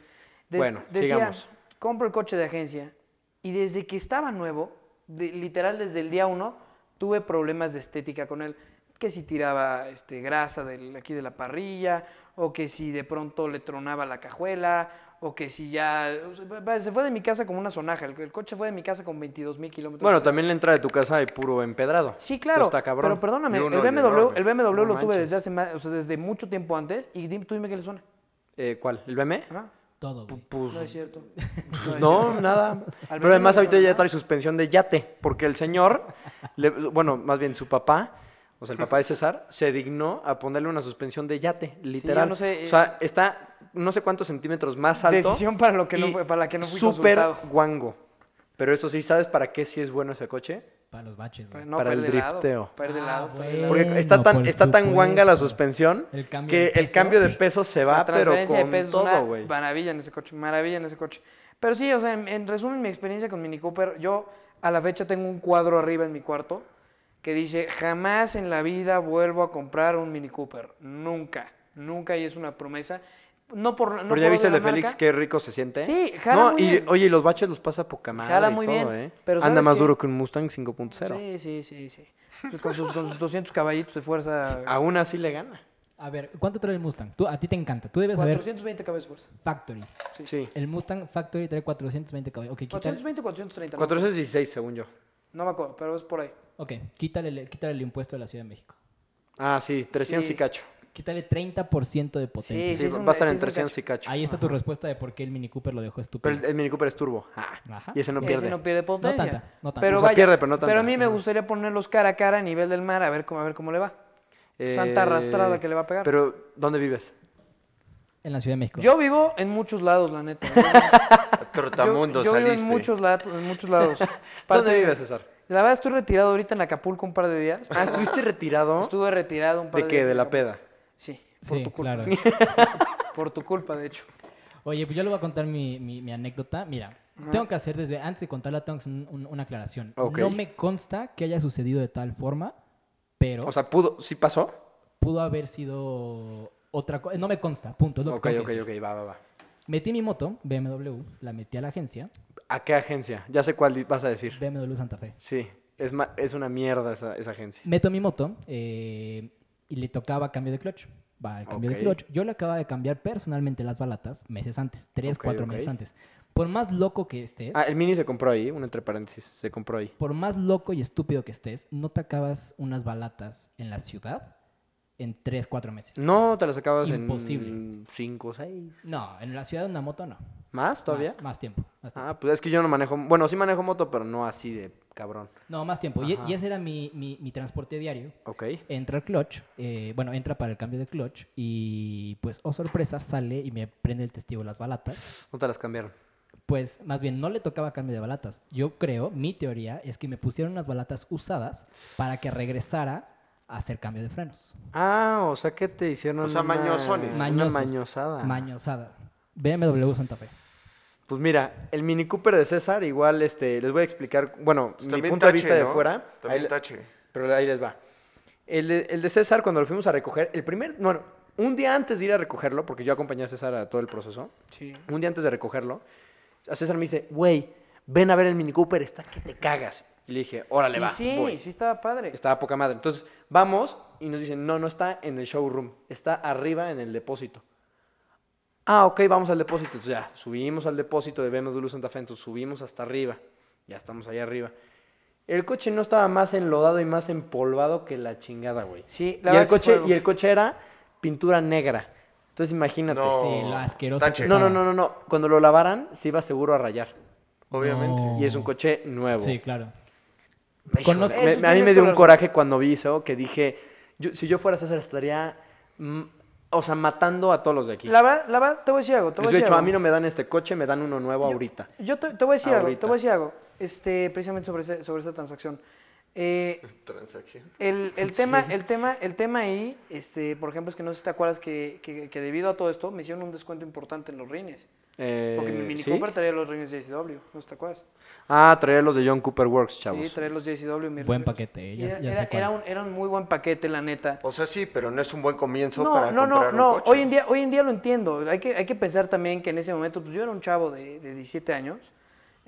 S1: De-
S3: Bueno,
S1: decía,
S3: sigamos.
S1: Compro el coche de agencia y desde que estaba nuevo, de- literal desde el día uno, tuve problemas de estética con él. Que si tiraba este, grasa del, aquí de la parrilla, o que si de pronto le tronaba la cajuela, o que si ya... o sea, va- va- se fue de mi casa como una sonaja. El, el coche fue de mi casa con 22 mil kilómetros.
S3: Bueno, también la entrada de tu casa de puro empedrado.
S1: Sí, claro.
S3: Está cabrón.
S1: Pero perdóname,
S2: Y
S1: el
S2: uno
S1: BMW,
S2: enorme.
S1: el BMW
S3: No
S1: lo tuve
S3: manches.
S1: desde hace más, o sea, desde mucho tiempo antes. Y dime- tú dime qué le suena.
S3: Eh, ¿Cuál? ¿El BM?
S1: Ajá.
S4: Todo, güey.
S3: Pues
S1: No es cierto.
S3: Pues
S1: es
S3: No,
S1: cierto.
S3: nada.
S1: Al
S3: Pero además
S1: menos
S3: ahorita ya
S1: nada.
S3: trae suspensión de yate, porque el señor, le- bueno, más bien su papá, o sea, el papá de César, se dignó a ponerle una suspensión de yate, literal.
S1: no sé, eh,
S3: o sea, está no sé cuántos centímetros más alto.
S1: Decisión para lo que no
S3: y
S1: fue- para la que no fui
S3: Súper
S1: consultado.
S3: guango. Pero eso sí, ¿sabes para qué sí es bueno ese coche?
S4: Para los baches, güey.
S1: No,
S3: Para el
S1: per de lado,
S3: drifteo.
S1: per de
S4: Ah,
S1: lado, per de lado.
S4: güey.
S3: Porque está
S4: Bueno,
S3: tan,
S4: por
S3: está tan guanga la
S4: supuesto.
S3: suspensión
S4: El cambio
S3: que
S4: de
S3: el
S4: peso.
S3: cambio de peso se
S1: La
S3: va, pero
S1: transferencia de
S3: con
S1: peso es una
S3: todo, güey.
S1: Maravilla en ese coche, maravilla en ese coche. Pero sí, o sea, en, en resumen, mi experiencia con Mini Cooper, yo a la fecha tengo un cuadro arriba en mi cuarto que dice, jamás en la vida vuelvo a comprar un Mini Cooper. Nunca, nunca, y es una promesa. No por no
S3: Pero ya
S1: por
S3: viste
S1: odio
S3: el de
S1: a la
S3: Félix,
S1: marca.
S3: qué rico se siente.
S1: Sí, jala
S3: No,
S1: muy
S3: y,
S1: bien.
S3: Oye, y los baches los pasa poca madre.
S1: Jala
S3: y
S1: muy
S3: todo,
S1: bien,
S3: ¿eh?
S1: pero
S3: Anda
S1: ¿sabes
S3: más
S1: qué?
S3: duro que un Mustang 5.0.
S1: Sí, sí, sí, sí. Con sus, con sus 200 caballitos de fuerza.
S3: Aún así le gana.
S4: A ver, ¿cuánto trae el Mustang? Tú, a ti te encanta. Tú debes saber
S1: 420 caballos de fuerza.
S4: Factory.
S3: Sí.
S1: Este
S4: El Mustang Factory trae 420 caballos. Ok, quítale,
S1: 420, 430. no me acuerdo.
S3: 416, según yo.
S1: No me acuerdo, pero es por ahí.
S4: okay, quítale, quítale el impuesto de la Ciudad de México.
S3: Ah, sí, 300
S1: Sí.
S3: y cacho.
S4: Quítale 30% de potencia.
S1: Sí,
S3: Sí,
S1: es
S3: va
S1: un-
S3: a estar
S1: sí, es
S3: en
S1: un
S3: 300 y cacho.
S4: Ahí está tu respuesta de por qué el Mini Cooper lo dejó estúpido.
S3: Pero el, el Mini Cooper es turbo. Ah,
S4: Ajá.
S3: Y ese no
S1: Ese
S3: pierde.
S1: no pierde potencia.
S4: No tanta, no tanta.
S1: Pero
S3: O sea,
S1: vaya,
S3: pierde, pero no tanta.
S1: a mí me gustaría ponerlos cara a cara a nivel del mar a ver cómo, a ver cómo le va. Santa arrastrada que le va a pegar.
S3: Eh, Pero, ¿dónde vives?
S4: En la Ciudad de México.
S1: Yo vivo en muchos lados, la neta.
S2: Trotamundo
S1: yo yo vivo
S2: saliste.
S1: en muchos, lados, en muchos lados.
S3: ¿Dónde
S1: Parte-
S3: vives, César?
S1: La verdad estoy retirado ahorita en Acapulco un par de días.
S3: Ah, ¿estuviste retirado?
S1: Estuve retirado un par
S3: ¿De
S1: de,
S3: qué?
S1: días.
S3: ¿De
S1: en
S3: la
S1: Acapulco.
S3: peda?
S1: Sí, por
S4: Sí,
S1: tu culpa.
S4: claro.
S1: Por tu culpa, de hecho.
S4: Oye, pues yo le voy a contar mi, mi- mi anécdota. Mira, tengo que hacer desde antes de contarla, tengo que hacer un- un- una aclaración.
S3: Ok.
S4: No me consta que haya sucedido de tal forma, pero
S3: O sea, pudo, sí pasó.
S4: pudo haber sido otra cosa. No me consta, punto. es lo que
S3: Ok,
S4: tengo
S3: ok,
S4: que decir.
S3: ok, va, va, va.
S4: Metí mi moto, BMW, la metí a la agencia,
S3: ¿A qué agencia? Ya sé cuál di- vas a decir.
S4: BMW Santa Fe.
S3: Sí, es, ma- es una mierda esa, esa agencia.
S4: Meto mi moto eh, y le tocaba cambio de clutch. Va al cambio
S3: Ok.
S4: de clutch. Yo le acababa de cambiar personalmente las balatas meses antes, tres,
S3: Ok,
S4: cuatro
S3: ok.
S4: meses antes. Por más loco que estés,
S3: Ah, el Mini se compró ahí, un entre paréntesis, se compró ahí.
S4: por más loco y estúpido que estés, no te acabas unas balatas en la ciudad en tres, cuatro meses.
S3: No, te las acabas en
S4: Imposible.
S3: 5 o 6.
S4: No, en la ciudad una moto no.
S3: ¿Más todavía?
S4: Más, más tiempo. más tiempo.
S3: Ah, pues es que yo no manejo, bueno, sí manejo moto, pero no así de cabrón.
S4: No, más tiempo. Y,
S3: Ah. Ajá.
S4: y ese era mi, mi- mi transporte diario.
S3: Ok.
S4: Entra el clutch, eh, bueno, entra para el cambio de clutch y pues, oh sorpresa, sale y me prende el testigo las balatas.
S3: No te las cambiaron.
S4: Pues más bien, no le tocaba cambio de balatas. Yo creo, mi teoría es que me pusieron unas balatas usadas para que regresara a hacer cambio de frenos.
S3: Ah, o sea que te hicieron
S2: O sea,
S3: una-
S2: mañosones.
S3: una
S4: Mañosos.
S3: mañosada.
S4: Mañosada. BMW Santa Fe.
S3: Pues mira, el Mini Cooper de César, igual este, les voy a explicar, bueno,
S2: Pues
S3: mi
S2: también
S3: punto de
S2: tache,
S3: vista de
S2: ¿no?
S3: fuera.
S2: También
S3: ahí-
S2: tache.
S3: Pero ahí les va. El de, el de César, cuando lo fuimos a recoger, el primer, bueno, un día antes de ir a recogerlo, porque yo acompañé a César a todo el proceso,
S1: Sí.
S3: un día antes de recogerlo, a César me dice, güey, ven a ver el Mini Cooper, está que te cagas. Y le dije, órale,
S1: Y
S3: va.
S1: sí,
S3: voy".
S1: sí estaba padre.
S3: Estaba poca madre. Entonces, vamos y nos dicen, no, no está en el showroom, está arriba en el depósito. Ah, ok, vamos al depósito. Entonces ya, subimos al depósito de BMW Santa Fe, entonces subimos hasta arriba. Ya estamos allá arriba. El coche no estaba más enlodado y más empolvado que la chingada, güey.
S1: Sí, la
S3: la y el
S1: verdad sí
S3: coche
S1: fue-
S3: Y el coche era pintura negra. Entonces imagínate.
S2: No,
S3: sí.
S4: Sí, lo asqueroso
S2: tache.
S4: que
S3: Oh, No, no,
S4: estaba.
S3: no, no, no. Cuando lo lavaran, se iba seguro a rayar.
S2: Obviamente.
S4: No.
S3: Y es un coche nuevo.
S4: Sí, claro.
S3: Híjole,
S4: Conozco-
S3: me-
S1: Eso
S3: me- a mí
S1: tienes
S3: me dio
S1: toda
S3: un
S1: la
S3: coraje cuando vi eso, que dije, yo- si yo fuera César estaría, mm, o sea, matando a todos los de aquí.
S1: La verdad, la verdad, te voy a decir algo. Te voy
S3: Les
S1: a
S3: he
S1: decir
S3: dicho, a
S1: algo.
S3: mí no me dan este coche, me dan uno nuevo ahorita.
S1: Yo te, te voy a decir algo,
S3: Ahorita.
S1: te voy a decir algo, este, precisamente sobre, ese- sobre esta transacción. Eh,
S2: Transacción.
S1: el, el tema, el, tema, el tema ahí, este, por ejemplo, es que no sé si te acuerdas que, que- que debido a todo esto me hicieron un descuento importante en los rines. Porque mi
S3: Eh,
S1: Mini
S3: ¿sí?
S1: Cooper traía los rines JCW, ¿no te acuerdas?
S3: Ah, traer los de John Cooper Works, chavos.
S1: Sí, traía los JCW. mis
S4: Buen
S1: rines.
S4: paquete, eh, ya-
S1: Era-
S4: ya sé
S1: era-
S4: cuál.
S1: era un- era un muy buen paquete, la neta.
S2: O sea, sí, pero no es un buen comienzo
S1: No,
S2: para
S1: no, no,
S2: comprar un
S1: no.
S2: coche.
S1: Hoy en día, hoy en día lo entiendo. Hay que, hay que pensar también que en ese momento, pues yo era un chavo de, de 17 años.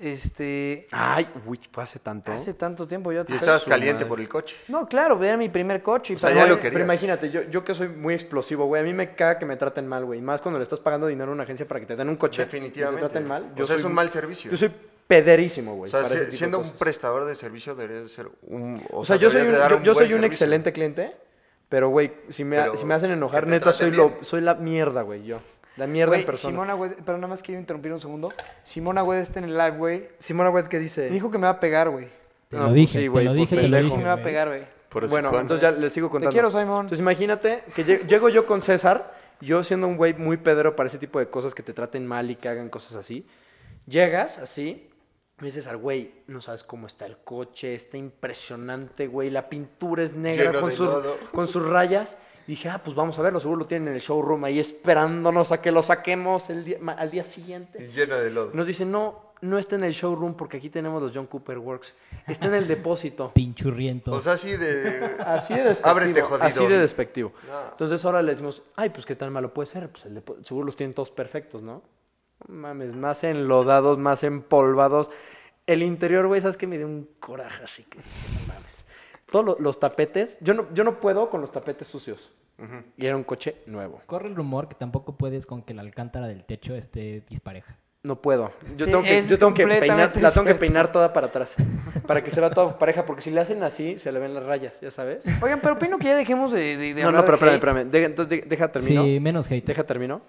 S1: Este.
S3: Ay, uy, fue hace tanto.
S1: Hace tanto tiempo ya
S2: Y estabas
S3: Su
S2: caliente
S3: madre.
S2: por el coche.
S1: No, claro, era mi primer coche. y
S2: O sea,
S1: para-
S2: ya lo
S3: Pero
S2: querías.
S3: imagínate, yo, yo que soy muy explosivo, güey, a mí me caga que me traten mal, güey. Más cuando le estás pagando dinero a una agencia para que te den un coche. y
S2: Definitivamente.
S3: te traten mal.
S2: O
S3: Yo
S2: sea, es
S3: soy-
S2: un mal servicio.
S3: Yo soy pederísimo,
S2: O
S3: güey.
S2: sea,
S3: para
S2: si-
S3: ese tipo de
S2: siendo un
S3: cosas.
S2: prestador de servicio deberías de ser un...
S3: O sea, yo soy un,
S2: deberías de dar
S3: yo, yo
S2: buen
S3: soy un
S2: servicio.
S3: excelente cliente, pero, güey, si me,
S2: Pero
S3: si me hacen enojar,
S2: que te
S3: neta,
S2: traten
S3: soy, lo,
S2: bien.
S3: soy la mierda, güey, yo. La mierda
S1: Güey,
S3: en persona.
S1: Simona Güed, pero nada más quiero interrumpir un segundo. Simona Güed está en el live, güey.
S3: Simona Wed, ¿qué dice?
S1: Me dijo que me va a pegar, güey.
S4: Te
S3: No,
S4: lo
S3: pues
S4: dije,
S3: sí,
S4: te
S3: güey,
S4: lo
S3: pues
S4: dije, te lo
S3: pendejo.
S1: Dijo
S4: dije.
S1: que me va a
S4: güey.
S1: pegar, güey.
S2: Por eso
S3: bueno,
S2: Juan.
S3: entonces ya les sigo contando.
S1: quiero, Simon.
S3: Entonces imagínate que lle- llego yo con César, yo siendo un güey muy pedero para ese tipo de cosas que te traten mal y que hagan cosas así. Llegas así, me dices al güey, no sabes cómo está el coche, está impresionante, güey, la pintura es negra
S2: Lleno
S3: con
S2: de
S3: sus,
S2: lodo.
S3: con sus rayas. Dije, ah, pues vamos a verlo, seguro lo tienen en el showroom ahí esperándonos a que lo saquemos el día- ma- al día siguiente.
S2: Y lleno de lodo.
S3: Nos dicen, no, no está en el showroom porque aquí tenemos los John Cooper Works, está en el depósito.
S4: Pinchurriento.
S2: O sea, así de...
S3: Así de despectivo.
S2: Ábrete, jodido.
S3: Así de despectivo.
S2: No.
S3: Entonces ahora le decimos, ay, pues qué tan malo puede ser. Pues el depo- seguro los tienen todos perfectos, ¿no? No Mames, más enlodados, más empolvados. El interior, güey, sabes que me dio un coraje así que no mames. Todos lo- los tapetes, yo no, yo no puedo con los tapetes sucios. Y era un coche nuevo.
S4: Corre el rumor que tampoco puedes con que la alcántara del techo esté dispareja.
S3: No puedo. Yo
S1: Sí,
S3: tengo que,
S1: es
S3: yo tengo que peinar,
S1: completamente
S3: la tengo que
S1: cierto.
S3: peinar toda para atrás. Para que se vea toda pareja, porque si le hacen así, se le ven las rayas, ya sabes.
S1: Oigan, pero opino que ya dejemos de, de, de
S3: no, no,
S1: hablar
S3: pero
S1: de
S3: espérame,
S1: hate.
S3: espérame. Deja, entonces, de- deja termino.
S4: Sí, menos hate.
S3: Deja termino.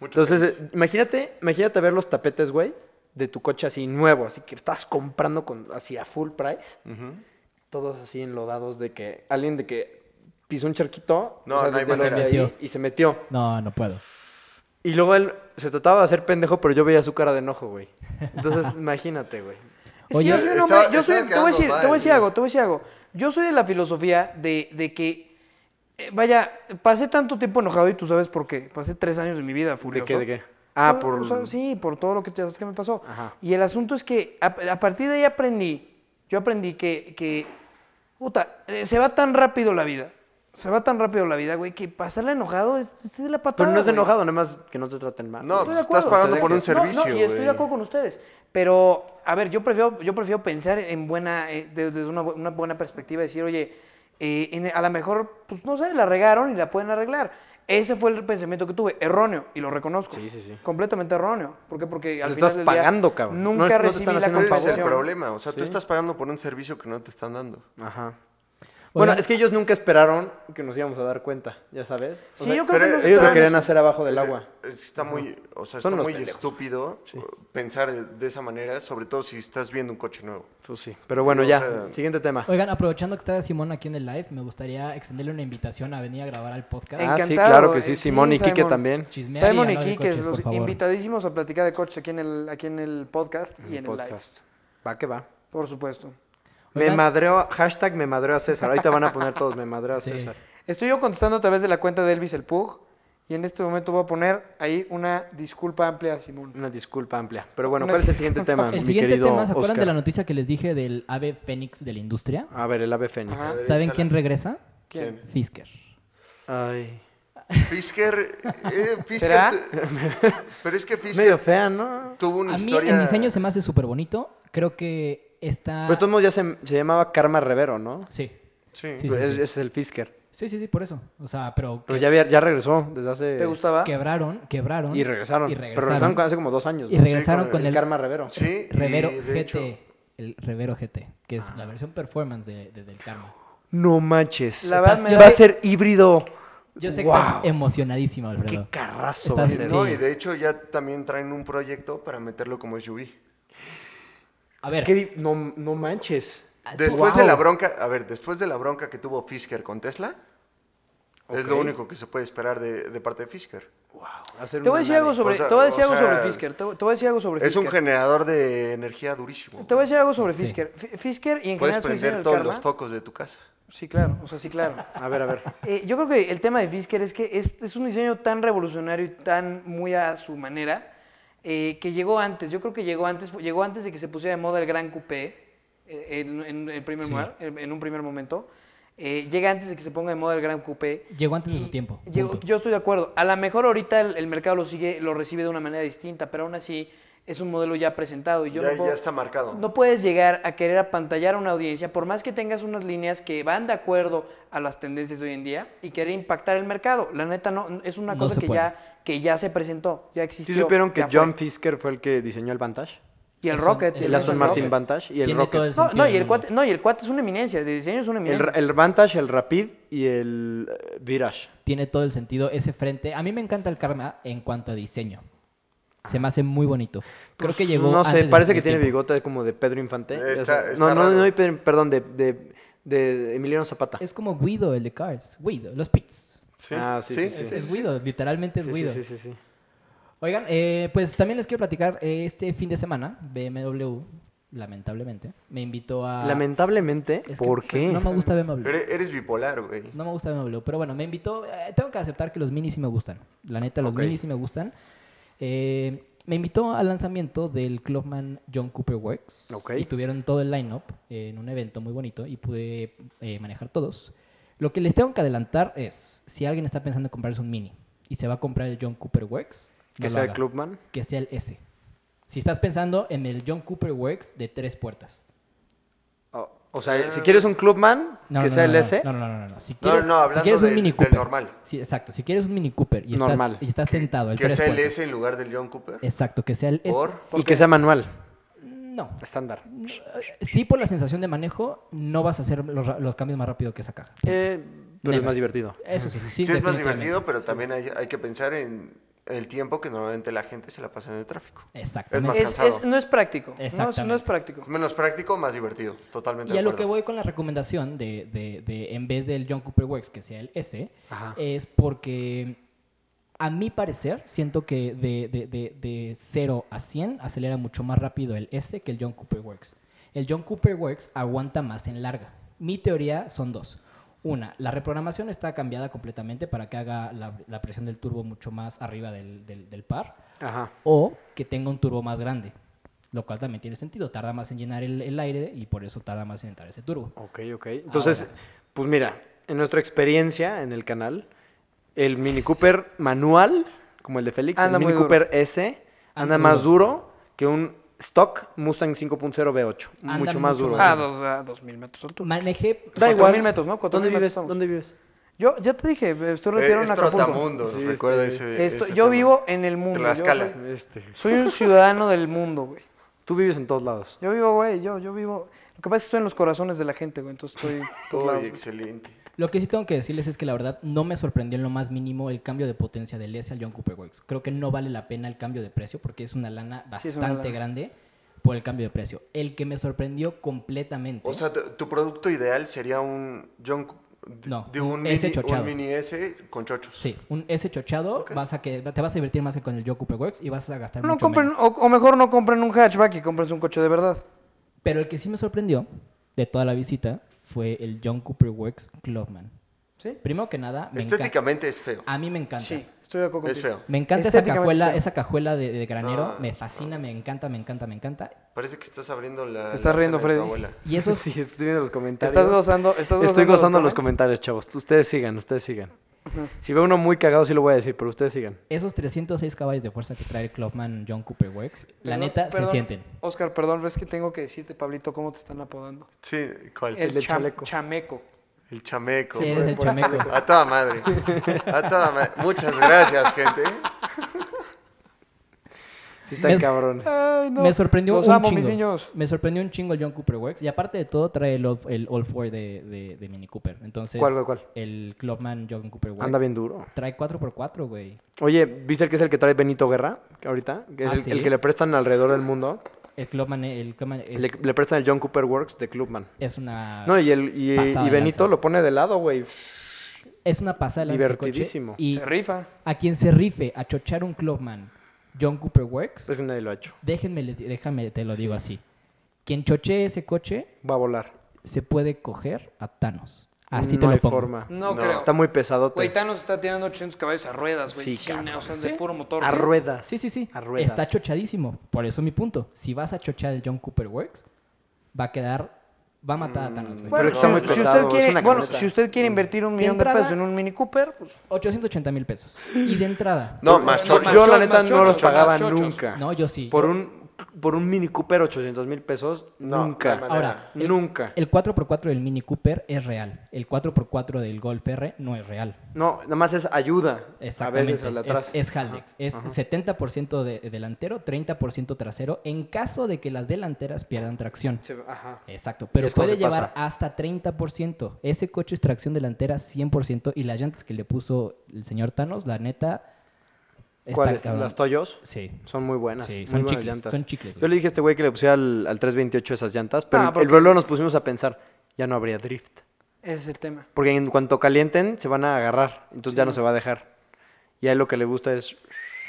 S2: Mucho
S3: Entonces, eh, imagínate, imagínate ver los tapetes, güey, de tu coche así nuevo, así que estás comprando con, así a full price,
S2: Ujú.
S3: todos así enlodados de que alguien de que pisó un charquito,
S2: No, no hay
S3: de los de
S2: manera.
S3: ahí,
S4: Metió.
S3: y se metió.
S4: No, no puedo.
S3: Y luego él se trataba de hacer pendejo, pero yo veía su cara de enojo, güey. Entonces, imagínate, güey.
S1: Es
S4: Oye,
S1: que yo soy un
S2: Estaba-
S1: hombre, yo soy,
S2: estaba
S1: te voy a
S2: quedando
S1: decir, te voy a
S2: mal,
S1: decir
S2: ¿no?
S1: algo, te voy a decir algo. Yo soy de la filosofía de, de que eh, vaya, pasé tanto tiempo enojado y tú sabes por qué. Pasé tres años de mi vida
S3: ¿De
S1: furioso.
S3: qué? ¿De qué? Ah,
S1: O-
S3: por...
S1: Pues, o sea, sí, por todo lo que te sabes que me pasó.
S3: Ajá.
S1: Y el asunto es que a, a partir de ahí aprendí, yo aprendí que, que puta, eh, se va tan rápido la vida. Se va tan rápido la vida, güey, que pasarla enojado es, es de la patada.
S3: Pero no es
S1: güey.
S3: enojado, nada más que no te traten mal.
S2: No,
S3: güey.
S1: Estoy
S2: pues
S1: de
S2: estás
S1: acuerdo.
S2: pagando
S3: Te
S2: por un
S3: dejan.
S1: No,
S2: servicio.
S1: No, y estoy de
S2: güey.
S1: acuerdo con ustedes. Pero, a ver, yo prefiero, yo prefiero pensar en buena, eh, de- desde una, bu- una buena perspectiva, decir, oye, eh, en- a lo mejor, pues no sé, la regaron y la pueden arreglar. Ese fue el pensamiento que tuve, erróneo, y lo reconozco.
S3: Sí, sí, sí.
S1: Completamente erróneo. ¿Por qué? Porque al
S3: Te
S1: final
S3: estás
S1: del
S3: pagando,
S1: día,
S3: cabrón. No- no
S1: Nunca
S3: te
S1: recibí
S3: están
S1: la
S3: haciendo un
S2: Ese es el
S1: compasión.
S2: problema. O sea,
S3: Sí.
S2: tú estás pagando por un servicio que no te están dando.
S3: Ajá. Bueno,
S4: Oigan.
S3: es que ellos nunca esperaron que nos íbamos a dar cuenta, ya sabes. O
S1: Sí,
S3: sea,
S1: yo creo que
S2: pero
S1: no
S3: ellos lo
S1: está-
S3: querían hacer abajo del
S2: Es-
S3: agua.
S2: es- Está muy, o sea,
S3: Son
S2: está
S3: unos
S2: muy
S3: pendejos.
S2: estúpido eh, pensar de, de esa manera, sobre todo si estás viendo un coche nuevo.
S3: Pues sí. Pero bueno,
S2: O
S3: ya.
S2: sea-
S3: Siguiente tema.
S4: Oigan, aprovechando que está Simón aquí en el live, me gustaría extenderle una invitación a venir a grabar al podcast.
S3: Ah, sí,
S1: Encantado,
S3: claro que
S1: eh,
S3: sí.
S1: sí,
S3: Simón y Quique
S1: Simon.
S3: también.
S4: Chismear y
S1: Simon y
S4: hablar de
S1: Quique,
S4: coches,
S1: los
S4: por favor.
S1: invitadísimos a platicar de coches aquí en el, aquí en el podcast y en el live.
S3: Podcast. Va que va.
S1: Por supuesto.
S3: Me
S4: Oigan.
S3: madreo, hashtag me madreo a César. Ahorita van a poner todos, me madreo a
S4: Sí.
S3: César.
S1: Estoy yo contestando a través de la cuenta de Elvis el Pug y en este momento voy a poner ahí una disculpa amplia a Simón.
S3: Una disculpa amplia. Pero bueno,
S1: Una
S3: ¿cuál es el siguiente tema? mi
S4: El siguiente
S3: querido
S4: tema, ¿se acuerdan
S3: Oscar? Ah,
S4: de la noticia que les dije del ave fénix de la industria?
S3: A ver, el ave fénix.
S2: Ajá. A ver,
S4: ¿Saben
S2: échala.
S4: quién regresa?
S1: ¿Quién?
S4: Fisker.
S3: Ay.
S2: Fisker, eh, Fisker
S1: ¿Será?
S2: te- pero es que Fisker
S3: Medio fea, ¿no?
S2: tuvo una
S4: A mí
S2: historia.
S4: el diseño se me hace súper bonito. Creo que está...
S3: Pero de todos modos ya se, se llamaba Karma Revero, ¿no?
S4: Ah. Sí.
S2: Sí.
S4: Sí, sí,
S3: es,
S4: sí.
S3: es el Fisker.
S4: Sí, sí, sí, por eso. O sea, pero...
S3: Pero ya, había- ya regresó desde hace...
S1: ¿Te gustaba?
S4: Quebraron, quebraron.
S3: Y regresaron.
S4: Y
S3: Pero regresaron
S4: regresaron,
S3: con- hace como dos años.
S4: y
S3: ¿no?
S4: regresaron
S2: Sí,
S4: con, el...
S3: Karma Revero.
S2: Sí, y
S4: Revero
S2: de
S4: GT.
S2: hecho-
S4: El Revero GT, que es la versión performance de- de- del Karma.
S3: No manches.
S1: La
S4: Estás-
S1: verdad me
S4: yo
S3: va a
S1: da-
S4: sé-
S3: ser híbrido.
S4: Yo sé que
S3: ¡Guau!
S4: estás emocionadísimo,
S3: Qué
S4: Alfredo.
S3: carrazo.
S4: Estás-
S3: va a ser.
S2: No,
S4: Sí.
S2: y de hecho ya también traen un proyecto para meterlo como SUV.
S4: A ver,
S3: Qué di- no, no manches.
S4: Ah, tú-
S2: Después
S3: Wow.
S2: de la bronca, a ver, después de la bronca que tuvo Fisker con Tesla, es lo
S3: Ok.
S2: único que se puede esperar de, de parte de Fisker.
S3: Hacer
S1: Te voy a
S3: una
S1: decir algo
S3: nave.
S1: sobre,
S2: O sea,
S1: te voy a decir
S2: o
S1: algo
S2: sea,
S1: sobre Fisker. Te, te voy a decir algo sobre
S2: Es un
S1: Fisker.
S2: generador de energía durísimo.
S1: Te voy a decir algo sobre
S4: Sí.
S1: Fisker. F- Fisker y en
S2: Puedes
S1: general su diseño
S2: prender
S1: del
S2: todos
S1: karma.
S2: los focos de tu casa.
S1: Sí, claro. O sea, sí, claro.
S3: A ver, a ver.
S1: Eh, yo creo que el tema de Fisker es que es, es un diseño tan revolucionario y tan muy a su manera eh, que llegó antes. Yo creo que llegó antes, fue- llegó antes de que se pusiera de moda el gran coupé eh, en, en el primer
S4: Sí.
S1: mar- en, en un primer momento. Eh, llega antes de que se ponga de moda el gran coupé.
S4: llegó antes de su
S1: Y
S4: tiempo.
S1: llegó-
S4: punto.
S1: yo estoy de acuerdo. A lo mejor ahorita el, el mercado lo sigue, lo recibe de una manera distinta, pero aún así es un modelo ya presentado y yo
S2: ya,
S1: no puedo-
S2: ya está marcado.
S1: no puedes llegar a querer apantallar a una audiencia, por más que tengas unas líneas que van de acuerdo a las tendencias de hoy en día y querer impactar el mercado. La neta no es una
S4: No
S1: cosa
S4: se
S1: que
S4: puede.
S1: ya que ya se presentó, ya
S3: ¿Sí
S1: existió.
S3: supieron que
S1: ya fue.
S3: John Fisker fue el que diseñó el Vantage?
S1: y el
S4: Eso-
S1: Rocket,
S4: eso
S1: y
S3: El
S4: Tiene
S3: Aston
S4: el
S3: Martin
S1: Rocket.
S3: Vantage y el
S4: Tiene todo
S3: Rocket.
S1: No,
S4: el
S1: no,
S4: sentido
S1: y el
S4: del
S1: cuate, no, y el cuate es una eminencia, de diseño es una
S3: El,
S1: eminencia.
S3: el Vantage, el Rapid y el eh, Virage.
S4: tiene todo el sentido ese frente. A mí me encanta el karma en cuanto a diseño. Se me hace muy bonito. Creo que
S3: Pues,
S4: llegó.
S3: No
S4: antes
S3: sé,
S4: de
S3: parece
S4: su
S3: que tiene
S4: tiempo.
S3: bigote como de Pedro Infante.
S2: Está-
S3: Ya sabes.
S2: está
S3: no, no,
S2: raro.
S3: no, de- perdón, de, de, de Emiliano Zapata.
S4: Es como Guido, el de Cars. Guido, los Pits.
S2: Sí,
S3: Ah, sí, sí, sí.
S4: Es, es Guido, literalmente es
S3: Sí, sí,
S4: Guido.
S3: sí, sí, sí.
S4: Oigan, eh, pues también les quiero platicar. eh, este fin de semana, BMW, lamentablemente, me invitó a.
S3: Lamentablemente,
S4: Ah. Es que,
S3: ¿por
S4: o sea,
S3: qué?
S4: No me gusta BMW.
S2: Pero eres bipolar, güey.
S4: No me gusta BMW, pero bueno, me invitó. eh, tengo que aceptar que los minis sí me gustan. La neta, los
S3: Ok.
S4: minis sí me gustan. Eh, me invitó al lanzamiento del Clubman John Cooper Works.
S3: Ok.
S4: Y tuvieron todo el line-up en un evento muy bonito y pude eh, manejar todos. Lo que les tengo que adelantar es: si alguien está pensando en comprarse un mini y se va a comprar el John Cooper Works, no
S3: que
S4: lo
S3: sea el
S4: haga.
S3: Clubman.
S4: Que sea el S. Si estás pensando en el John Cooper Works de tres puertas.
S2: Oh.
S3: O, o sea, si quieres un Clubman,
S4: No,
S3: que
S4: no,
S3: sea el
S4: no, no,
S3: S.
S4: No, no, no, no. no. Si
S2: No,
S4: quieres,
S2: no, hablando
S4: si quieres un
S2: del-
S4: mini
S2: del
S4: Cooper.
S2: normal.
S4: Sí, exacto. Si quieres un mini Cooper y estás,
S3: Normal.
S4: y estás tentado, el
S2: Que
S4: tres
S2: sea el
S4: puertas.
S2: S en lugar del John Cooper.
S4: Exacto, que sea el S.
S2: Por-
S3: Y que sea manual,
S4: No.
S3: estándar.
S4: Sí, por la sensación de manejo, no vas a hacer los, ra- los cambios más rápido que esa caja.
S3: Eh, pero es
S4: Never.
S3: más divertido.
S4: Eso sí. Sí,
S2: Sí, es más
S4: definitivamente.
S2: divertido, pero también hay, hay que pensar en el tiempo que normalmente la gente se la pasa en el tráfico.
S4: Exactamente.
S2: más
S1: Es- es-
S2: cansado.
S1: no es práctico. No es,
S4: Exactamente.
S1: no es práctico.
S2: Menos práctico, más divertido. Totalmente
S4: Y
S2: de
S4: a lo que
S2: acuerdo.
S4: voy con la recomendación de, de- de, en vez del John Cooper Works, que sea el S,
S3: Ajá.
S4: es porque a mi parecer siento que de, de, de, de 0 a 100 acelera mucho más rápido el S que el John Cooper Works. El John Cooper Works aguanta más en larga. Mi teoría son dos. Una, la reprogramación está cambiada completamente para que haga la, la presión del turbo mucho más arriba del, del- del par
S3: Ajá.
S4: o que tenga un turbo más grande, lo cual también tiene sentido. Tarda más en llenar el, el aire y por eso tarda más en entrar ese turbo.
S3: Ok, ok. Entonces,
S4: Ahora.
S3: pues mira, en nuestra experiencia en el canal, el Mini Cooper manual, como el de Félix,
S1: Anda
S3: el
S1: muy
S3: Mini
S1: duro.
S3: Cooper S, anda
S4: Anda
S3: más duro que un stock Mustang 5.0 V8.
S4: Anda
S3: mucho más
S4: mucho
S3: duro.
S4: más
S1: Ah,
S4: duro.
S1: dos, a dos mil metros de altura.
S4: Manejé
S1: Da igual. 4.000 metros, ¿no? 4.000
S3: ¿Dónde
S1: metros
S3: vives?
S1: estamos.
S3: ¿Dónde vives?
S1: Yo ya te dije, estoy
S2: Eh,
S1: retirado
S2: es
S1: en Acapulco.
S2: Trotamundos,
S3: Sí,
S2: recuerda
S3: este,
S2: ese-
S1: Esto-
S2: ese
S1: yo
S2: tema.
S1: vivo en el mundo. yo
S2: Tlaxcala.
S1: soy-
S3: Este.
S1: soy un ciudadano del mundo, güey.
S3: Tú vives en todos lados.
S1: Yo vivo, güey, yo, yo vivo. Lo que pasa es que estoy en los corazones de la gente, güey. Entonces estoy en todos lados, güey.
S2: Uy, excelente.
S4: Lo que sí tengo que decirles es que la verdad no me sorprendió en lo más mínimo el cambio de potencia del S al John Cooper Works. Creo que no vale la pena el cambio de precio porque es una lana
S1: Sí,
S4: bastante
S1: es una lana.
S4: grande por el cambio de precio. El que me sorprendió completamente.
S2: O sea, tu tu producto ideal sería un John de-
S4: No,
S2: de un,
S4: ese
S2: mini,
S4: chochado.
S2: un mini S con chochos.
S4: sí, un S chochado,
S2: Ok.
S4: vas a que, te vas a divertir más que con el John Cooper Works y vas a gastar
S1: No
S4: mucho
S1: compren,
S4: menos.
S1: o, o mejor no compren un hatchback y compren un coche de verdad.
S4: Pero el que sí me sorprendió de toda la visita fue el John Cooper Works Clubman.
S1: ¿Sí?
S4: Primero que nada, me encanta.
S2: Estéticamente es feo.
S4: A mí me encanta.
S1: Sí, estoy de acuerdo
S2: Es
S1: contigo.
S2: feo.
S4: Me encanta esa
S1: Estéticamente
S4: cajuela,
S1: sí. Ah,
S4: esa cajuela de, de granero,
S2: No,
S4: me fascina, me encanta, me encanta, me encanta.
S2: Parece que estás abriendo la.
S1: Te estás
S2: la
S1: riendo,
S2: sala de tu
S1: Freddy.
S2: abuela.
S4: Y eso es
S3: Sí, estoy viendo los comentarios.
S1: Estás gozando, estás
S3: Estoy gozando los
S1: comments?
S3: comentarios, chavos. Ustedes sigan, ustedes sigan. Si veo uno muy cagado, sí lo voy a decir, pero ustedes sigan.
S4: Esos 306 caballos de fuerza que trae el Clubman John Cooper Wex, la
S1: Perdón,
S4: neta,
S1: perdón.
S4: se sienten.
S1: Oscar, perdón, pero es que tengo que decirte, Pablito, cómo te están apodando.
S2: Sí, ¿cuál?
S1: El,
S3: del
S1: cham-
S3: chaleco.
S1: chameco.
S2: El chameco.
S4: Sí, eres
S2: güey.
S4: el
S3: Ah,
S4: chameco.
S2: A toda madre. A toda madre. Muchas gracias, gente.
S3: Sí están
S4: Es-
S3: cabrones.
S1: Ay, no.
S4: Me sorprendió
S1: Los
S4: un
S1: amo,
S4: chingo.
S1: mis niños.
S4: Me sorprendió un chingo el John Cooper Wex. Y aparte de todo, trae el All, el all Four de, de- de Mini Cooper. Entonces,
S3: ¿Cuál, cuál, cuál?
S4: el Clubman John Cooper Wex.
S3: Anda bien duro.
S4: Trae 4x4, güey.
S3: Oye, ¿viste el que es el que trae Benito Guerra ahorita? Que es
S4: Ah,
S3: el,
S4: ¿sí?
S3: el que le prestan alrededor del mundo.
S4: El Clubman, el Clubman es,
S3: Le, le prestan el John Cooper Works de Clubman.
S4: es una.
S3: No, y, el, y,
S4: Pasada
S3: y
S4: de
S3: Benito
S4: lanza.
S3: lo pone de lado, güey.
S4: es una pasada de lanza ese coche.
S3: Divertidísimo.
S4: Y
S1: Se rifa.
S4: a quien se rife a chochar un Clubman John Cooper Wex,
S3: Es que nadie lo ha hecho.
S4: déjenme, les- déjame, te lo digo así. Quien chochee ese coche
S3: Va a volar.
S4: se puede coger a Thanos. Así
S3: no
S4: te
S3: hay
S4: lo pongo.
S3: forma.
S1: No,
S2: No,
S1: creo.
S3: Está muy pesadote.
S1: Güey, Thanos está tirando 800 caballos a ruedas, güey.
S3: Sí,
S1: Sí,
S3: cabrón.
S1: o sea,
S4: Sí.
S1: de puro motor.
S3: a
S1: ¿sí?
S3: ruedas.
S4: Sí, sí, sí.
S3: A ruedas.
S4: Está chochadísimo. Por eso mi punto. Si vas a chochar el John Cooper Works, va a quedar. Va a
S3: Mm,
S4: matar a Thanos, güey.
S1: Bueno,
S3: Pero
S1: si,
S3: está muy
S1: si
S3: pesado,
S1: usted
S3: es
S1: quiere,
S3: una
S1: bueno,
S3: camioneta.
S1: si usted quiere invertir un millón de
S4: entrada-
S1: pesos en un Mini Cooper, pues
S4: 880 mil pesos. Y de entrada.
S2: No, más
S3: Yo,
S2: chochos.
S1: más
S3: yo, la
S1: chochos,
S3: neta,
S1: más
S3: no los
S1: chochos, más
S3: pagaba
S1: chochos.
S3: nunca.
S4: No, yo sí.
S3: Por un, por un Mini Cooper 800 mil pesos,
S2: No,
S3: nunca.
S2: no hay manera.
S4: Ahora, el-
S3: nunca.
S4: El 4x4 del Mini Cooper es real. El 4x4 del Golf R no es real.
S3: No, nada más es ayuda.
S4: Exactamente.
S3: A veces al de atrás.
S4: Es, es Haldex. Es 70% de- delantero, 30% trasero, en caso de que las delanteras pierdan tracción.
S3: Se- Ajá.
S4: Exacto,
S3: Y
S4: pero
S3: es cuando
S4: puede
S3: se pasa.
S4: llevar hasta 30%. Ese coche es tracción delantera 100% y las llantas que le puso el señor Thanos, la neta, está
S3: ¿Cuáles?
S4: cabrón.
S3: Las Toyos.
S4: Sí.
S3: Son muy buenas.
S4: Sí,
S3: muy
S4: son
S3: buenas
S4: chicles,
S3: llantas.
S4: son chicles,
S3: Yo
S4: güey.
S3: le dije a este güey que le pusiera al, al 328 esas llantas, pero
S1: Ah,
S3: el-
S1: porque-
S3: el reloj nos pusimos a pensar, ya no habría drift.
S1: ese es el tema.
S3: Porque en cuanto calienten, se van a agarrar, entonces ya no se va a dejar. Y a él lo que le gusta es...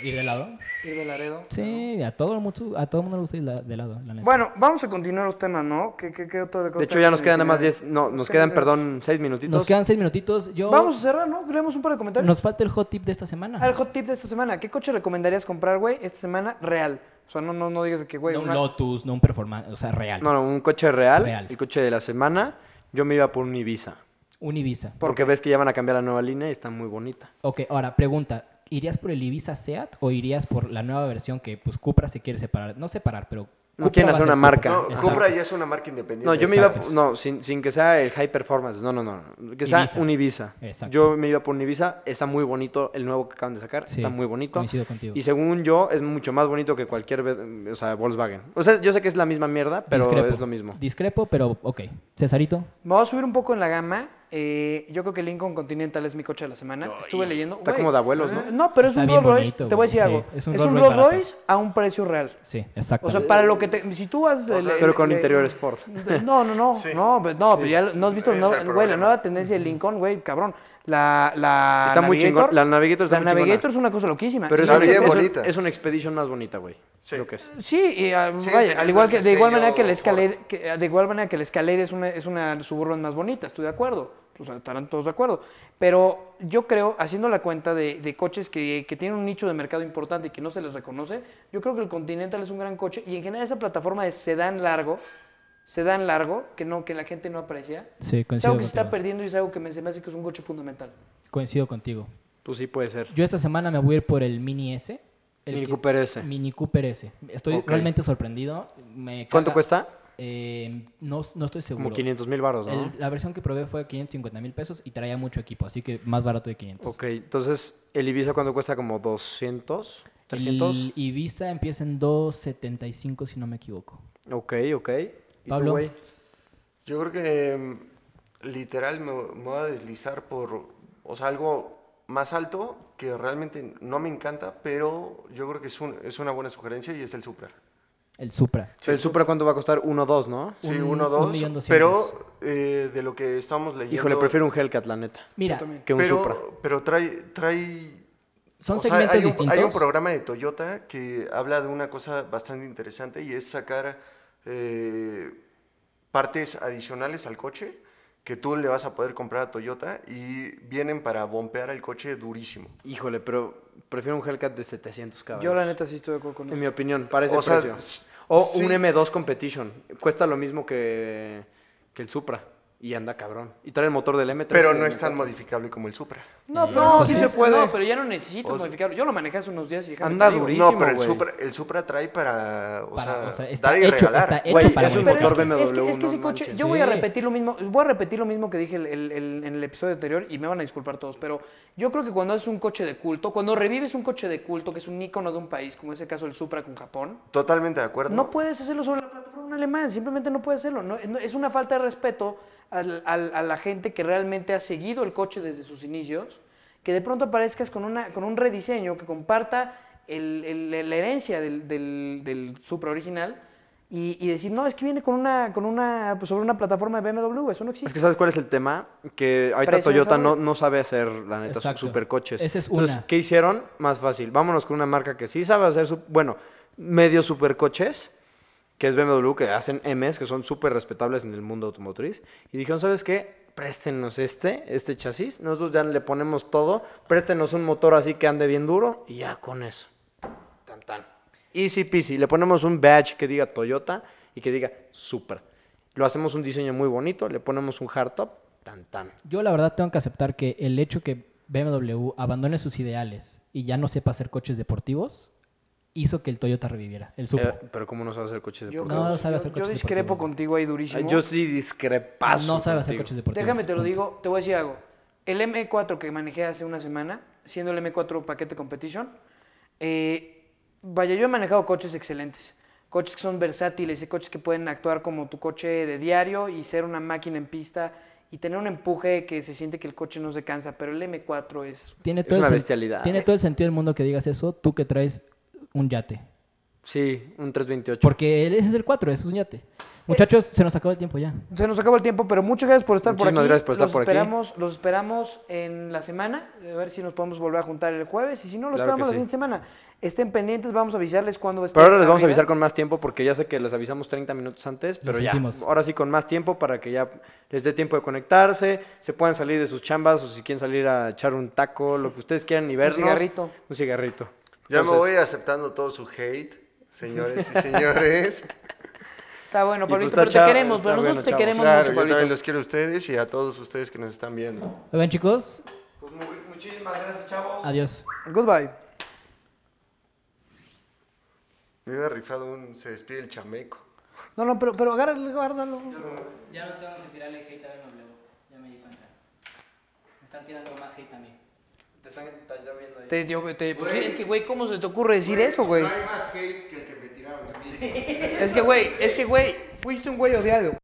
S4: ¿Ir de lado?
S1: Ir de Laredo.
S4: Sí, a todo el mundo, a todo el mundo le gusta ir la- de lado, la neta.
S1: Bueno, vamos a continuar los temas, ¿no? ¿Qué, qué, qué otra cosa
S3: De hecho, ya
S1: tenemos
S3: nos
S1: en
S3: quedan nada más
S1: el
S3: 10...
S1: itinerario?
S3: No, nos quedan, perdón, 6 minutitos.
S4: Nos quedan seis minutitos. Yo,
S1: Vamos a cerrar, ¿no? Leemos un par de comentarios.
S4: Nos falta el hot tip de esta semana.
S1: Ah, el hot tip de esta semana. ¿Qué coche recomendarías comprar, güey, esta semana real? O sea, no, no, no digas de que, güey,
S4: no un
S1: una-
S4: Lotus, no un performance, o sea, real.
S3: No, no, un coche real,
S4: Real.
S3: el coche de la semana, yo me iba por un Ibiza.
S4: Un Ibiza.
S3: Porque ves que ya van a cambiar la nueva línea y está muy bonita.
S4: Ok, ahora pregunta, ¿irías por el Ibiza Seat o irías por la nueva versión que pues Cupra se quiere separar? No separar, pero
S3: No
S4: Cupra
S3: quieren
S4: va a
S3: hacer
S4: ser
S3: una
S4: Cupra.
S3: marca.
S2: No,
S4: Exacto.
S2: Cupra ya es una marca independiente.
S3: No, yo me iba,
S4: Exacto.
S3: por- no, sin, sin que sea el high performance, no, no, no, no, que sea
S4: Ibiza.
S3: un Ibiza.
S4: Exacto.
S3: Yo me iba por un Ibiza, está muy bonito, el nuevo que acaban de sacar,
S4: Sí,
S3: está muy bonito.
S4: coincido contigo.
S3: Y según yo, es mucho más bonito que cualquier, ve- o sea, Volkswagen. O sea, yo sé que es la misma mierda, pero
S4: Discrepo.
S3: es lo mismo.
S4: Discrepo, pero ok. Cesarito,
S1: Me voy a subir un poco en la gama. Eh, yo creo que Lincoln Continental es mi coche de la semana. Estuve leyendo.
S3: Está
S1: güey, Eh,
S3: como de abuelos, ¿no?
S1: No, pero es
S4: Está
S1: un
S4: bien
S1: Rolls Royce.
S4: bonito,
S1: Te voy a
S4: güey.
S1: decir
S4: Sí,
S1: algo.
S4: es un
S1: es
S4: Rolls
S1: un
S4: Royce
S1: Rolls
S4: barato.
S1: Royce a un precio real.
S4: sí,
S1: O
S4: exactamente.
S1: sea, para lo que te. Si tú haces.
S2: sea,
S3: Pero con interior Sport.
S1: No, no, no.
S2: Sí.
S1: No, pero, no, pero ya lo- no has visto.
S2: Ese
S1: no,
S2: es el
S1: güey, la
S2: problema.
S1: nueva tendencia de Lincoln, güey, cabrón. la, la
S3: Está muy
S1: Navigator.
S3: chingón. La Navigator está
S1: La
S3: muy chingona.
S1: Navigator es una cosa loquísima.
S3: Pero es,
S2: Está
S3: una-
S2: bien
S3: es un-
S2: bonita.
S3: es una expedición más bonita, güey.
S2: Sí.
S3: Creo que es.
S1: Sí, y, ah,
S2: Sí,
S1: vaya,
S2: tiene
S1: al igual
S2: ese
S1: que, de igual
S2: sello
S1: manera que la
S2: Ford.
S1: Escalade, que- ah, de igual manera que la Escalade es una, es una suburban más bonita, estoy de acuerdo. O sea, estarán todos de acuerdo. Pero yo creo, haciendo la cuenta de, de coches que, que tienen un nicho de mercado importante y que no se les reconoce, yo creo que el Continental es un gran coche y en general esa plataforma de sedán largo, sedán largo, que no que la gente no aprecia,
S4: Sí,
S1: es
S4: coincido
S1: algo que se está
S4: contigo.
S1: perdiendo y es algo que me, se me hace que es un coche fundamental.
S4: Coincido contigo.
S3: Pues sí puede ser.
S4: Yo esta semana me voy a ir por el Mini S. el
S3: Mini
S4: que-
S3: Cooper S.
S4: Mini Cooper S. Estoy
S3: Ok.
S4: realmente sorprendido. Me
S3: ¿Cuánto
S4: caga-
S3: cuesta?
S4: Eh, no, no estoy seguro.
S3: Como 500 mil baros, ¿no?
S4: El- la versión que probé fue 550 mil pesos y traía mucho equipo, así que más barato de 500.
S3: Ok, entonces, ¿el Ibiza cuánto cuesta? ¿Como 200?
S4: El
S3: ¿300?
S4: Ibiza empieza en 275 si no me equivoco.
S3: Ok, ok. ¿Y tú,
S4: Pablo.
S3: güey?
S2: Yo creo que mm, literal me, me voy a deslizar por, o sea, algo más alto que realmente no me encanta, pero yo creo que es, un- es una buena sugerencia y es el Supra.
S4: El Supra.
S3: ¿El Supra cuánto va a costar? 1 2, ¿no?
S2: Sí,
S4: Un-
S2: uno,
S4: un
S2: dos,
S4: millón doscientos.
S2: pero eh, de lo que estamos leyendo...
S3: Híjole, prefiero un Hellcat, la neta.
S4: Mira,
S3: Que un
S2: pero,
S3: Supra.
S2: Pero trae... trae
S4: son
S2: o sea,
S4: segmentos
S2: hay un,
S4: distintos.
S2: Hay un programa de Toyota que habla de una cosa bastante interesante y es sacar eh, partes adicionales al coche que tú le vas a poder comprar a Toyota y vienen para bompear el coche durísimo.
S3: Híjole, pero prefiero un Hellcat de 700 caballos.
S1: Yo la neta sí estoy de acuerdo con
S3: En
S1: eso.
S3: mi opinión, para ese
S2: O sea,
S3: precio.
S2: s-
S3: O
S2: sí.
S3: un M2 Competition. Cuesta lo mismo que, que el Supra. Y anda cabrón. Y trae el motor del M3.
S2: Pero
S3: y
S2: no
S3: del
S2: es tan
S3: M4.
S2: modificable como el Supra.
S1: No, pero
S4: Eso
S1: no,
S4: Pues sí
S1: sí
S3: se puede.
S1: no, pero ya no necesitas
S3: Pues
S1: modificarlo. Yo lo manejé hace unos días y déjame
S3: Anda
S1: te digo.
S3: durísimo.
S2: No, pero el
S3: güey.
S2: Supra, el Supra trae para, o
S4: Para,
S2: sea,
S4: o sea, está
S2: dar y
S4: hecho-
S2: regalar.
S4: está hecho
S3: Güey,
S4: para
S3: es un
S4: modificar.
S3: motor
S1: Pero
S3: BMW.
S1: es, que, es que
S3: no
S1: ese coche,
S3: manches.
S1: yo voy a
S4: Sí.
S1: repetir lo mismo, voy a repetir lo mismo que dije el- el- el- en el episodio anterior y me van a disculpar todos, pero yo creo que cuando haces un coche de culto, cuando revives un coche de culto, que es un ícono de un país, como es el caso del Supra con Japón,
S2: Totalmente de acuerdo.
S1: no puedes hacerlo sobre la plataforma alemán, simplemente no puedes hacerlo. No- no- es una falta de respeto al- al- a la gente que realmente ha seguido el coche desde sus inicios, que de pronto aparezcas con, una, con un rediseño que comparta el- el- la herencia del, del- del Supra original y, y decir, no, es que viene con una, con una, pues, sobre una plataforma de BMW, eso no existe.
S3: Es que ¿sabes cuál es el tema? Que ahorita
S1: Precio,
S3: Toyota
S1: ¿sabes?
S3: no, no sabe hacer, la neta, sus
S4: Exacto.
S3: supercoches.
S4: Esa es
S3: Entonces,
S4: una.
S3: ¿qué hicieron? Más fácil. Vámonos con una marca que sí sabe hacer, su- bueno, medio supercoches, que es BMW, que hacen Ms, que son súper respetables en el mundo automotriz. Y dijeron, ¿sabes qué? Préstenos este, este chasis. Nosotros ya le ponemos todo. Préstenos un motor así que ande bien duro. Y ya con eso. Tan, tan. Easy peasy. Le ponemos un badge que diga Toyota y que diga Supra. Lo hacemos un diseño muy bonito, le ponemos un hardtop, tan tan.
S4: Yo la verdad tengo que aceptar que el hecho que BMW abandone sus ideales y ya no sepa hacer coches deportivos hizo que el Toyota reviviera, el Supra.
S3: Eh, pero ¿cómo no sabe hacer coches
S1: Yo,
S3: deportivos?
S4: No, sabe hacer
S1: yo- yo
S4: coches
S1: discrepo
S4: deportivos.
S1: contigo ahí durísimo.
S3: Ay, Yo sí discrepazo.
S4: no sabe hacer
S3: contigo.
S4: coches deportivos.
S1: Déjame te lo
S4: punto.
S1: digo, te voy a decir algo. El M4 que manejé hace una semana, siendo el M4 paquete competition, eh, vaya, yo he manejado coches excelentes. Coches que son versátiles, y coches que pueden actuar como tu coche de diario y ser una máquina en pista y tener un empuje que se siente que el coche no se cansa, pero el M4 es...
S4: Tiene
S3: Es
S4: todo el
S3: una
S4: sen-
S3: bestialidad.
S2: eh.
S4: Tiene todo el sentido del mundo que digas eso, tú que traes un yate.
S3: Sí, un 328.
S4: Porque él- ese es el 4, ese es un yate.
S1: Eh,
S4: Muchachos, se nos acabó el tiempo ya.
S1: Se nos acabó el tiempo, pero muchas gracias por estar por
S3: Muchísimas
S1: aquí.
S3: gracias por estar
S1: los
S3: por aquí.
S1: esperamos, Los esperamos en la semana, a ver si nos podemos volver a juntar el jueves y si no, los
S3: Claro que
S1: esperamos la
S3: sí.
S1: siguiente semana. Estén pendientes, vamos a avisarles cuándo va a estar.
S3: Pero ahora les vamos a
S1: arriba.
S3: avisar con más tiempo porque ya sé que les avisamos 30 minutos antes, pero ya.
S4: sentimos.
S3: Ahora sí con más tiempo para que ya les dé tiempo de conectarse, se puedan salir de sus chambas o si quieren salir a echar un taco, lo que ustedes quieran y vernos.
S1: cigarrito.
S3: Un cigarrito.
S2: Ya me
S3: Entonces,
S2: voy aceptando todo su hate, señores y señores.
S1: Está bueno,
S3: Y
S1: Pablito,
S3: pues
S1: pero te
S3: está chao,
S1: queremos,
S3: está
S1: pero
S3: bueno,
S1: nosotros te
S3: chavos.
S1: queremos
S2: Claro,
S1: mucho,
S2: yo también
S1: Pablito.
S2: los quiero a ustedes y a todos ustedes que nos están viendo.
S4: Oigan, chicos,
S2: Pues muchísimas gracias, chavos.
S4: adiós.
S1: Goodbye.
S2: Me hubiera rifado un se despide el chameco.
S1: No, no, pero, pero agárralo, guárdalo.
S4: Ya no tengo que tirarle hate a BMW. Ya me di cuenta. Me están tirando más hate a mí.
S1: Te, yo- te- pues, sí, es que, güey, ¿cómo se te ocurre decir eso, güey?
S2: más hate que el que me tiraron.
S1: Es que, güey, es que, güey, fuiste un güey odiado.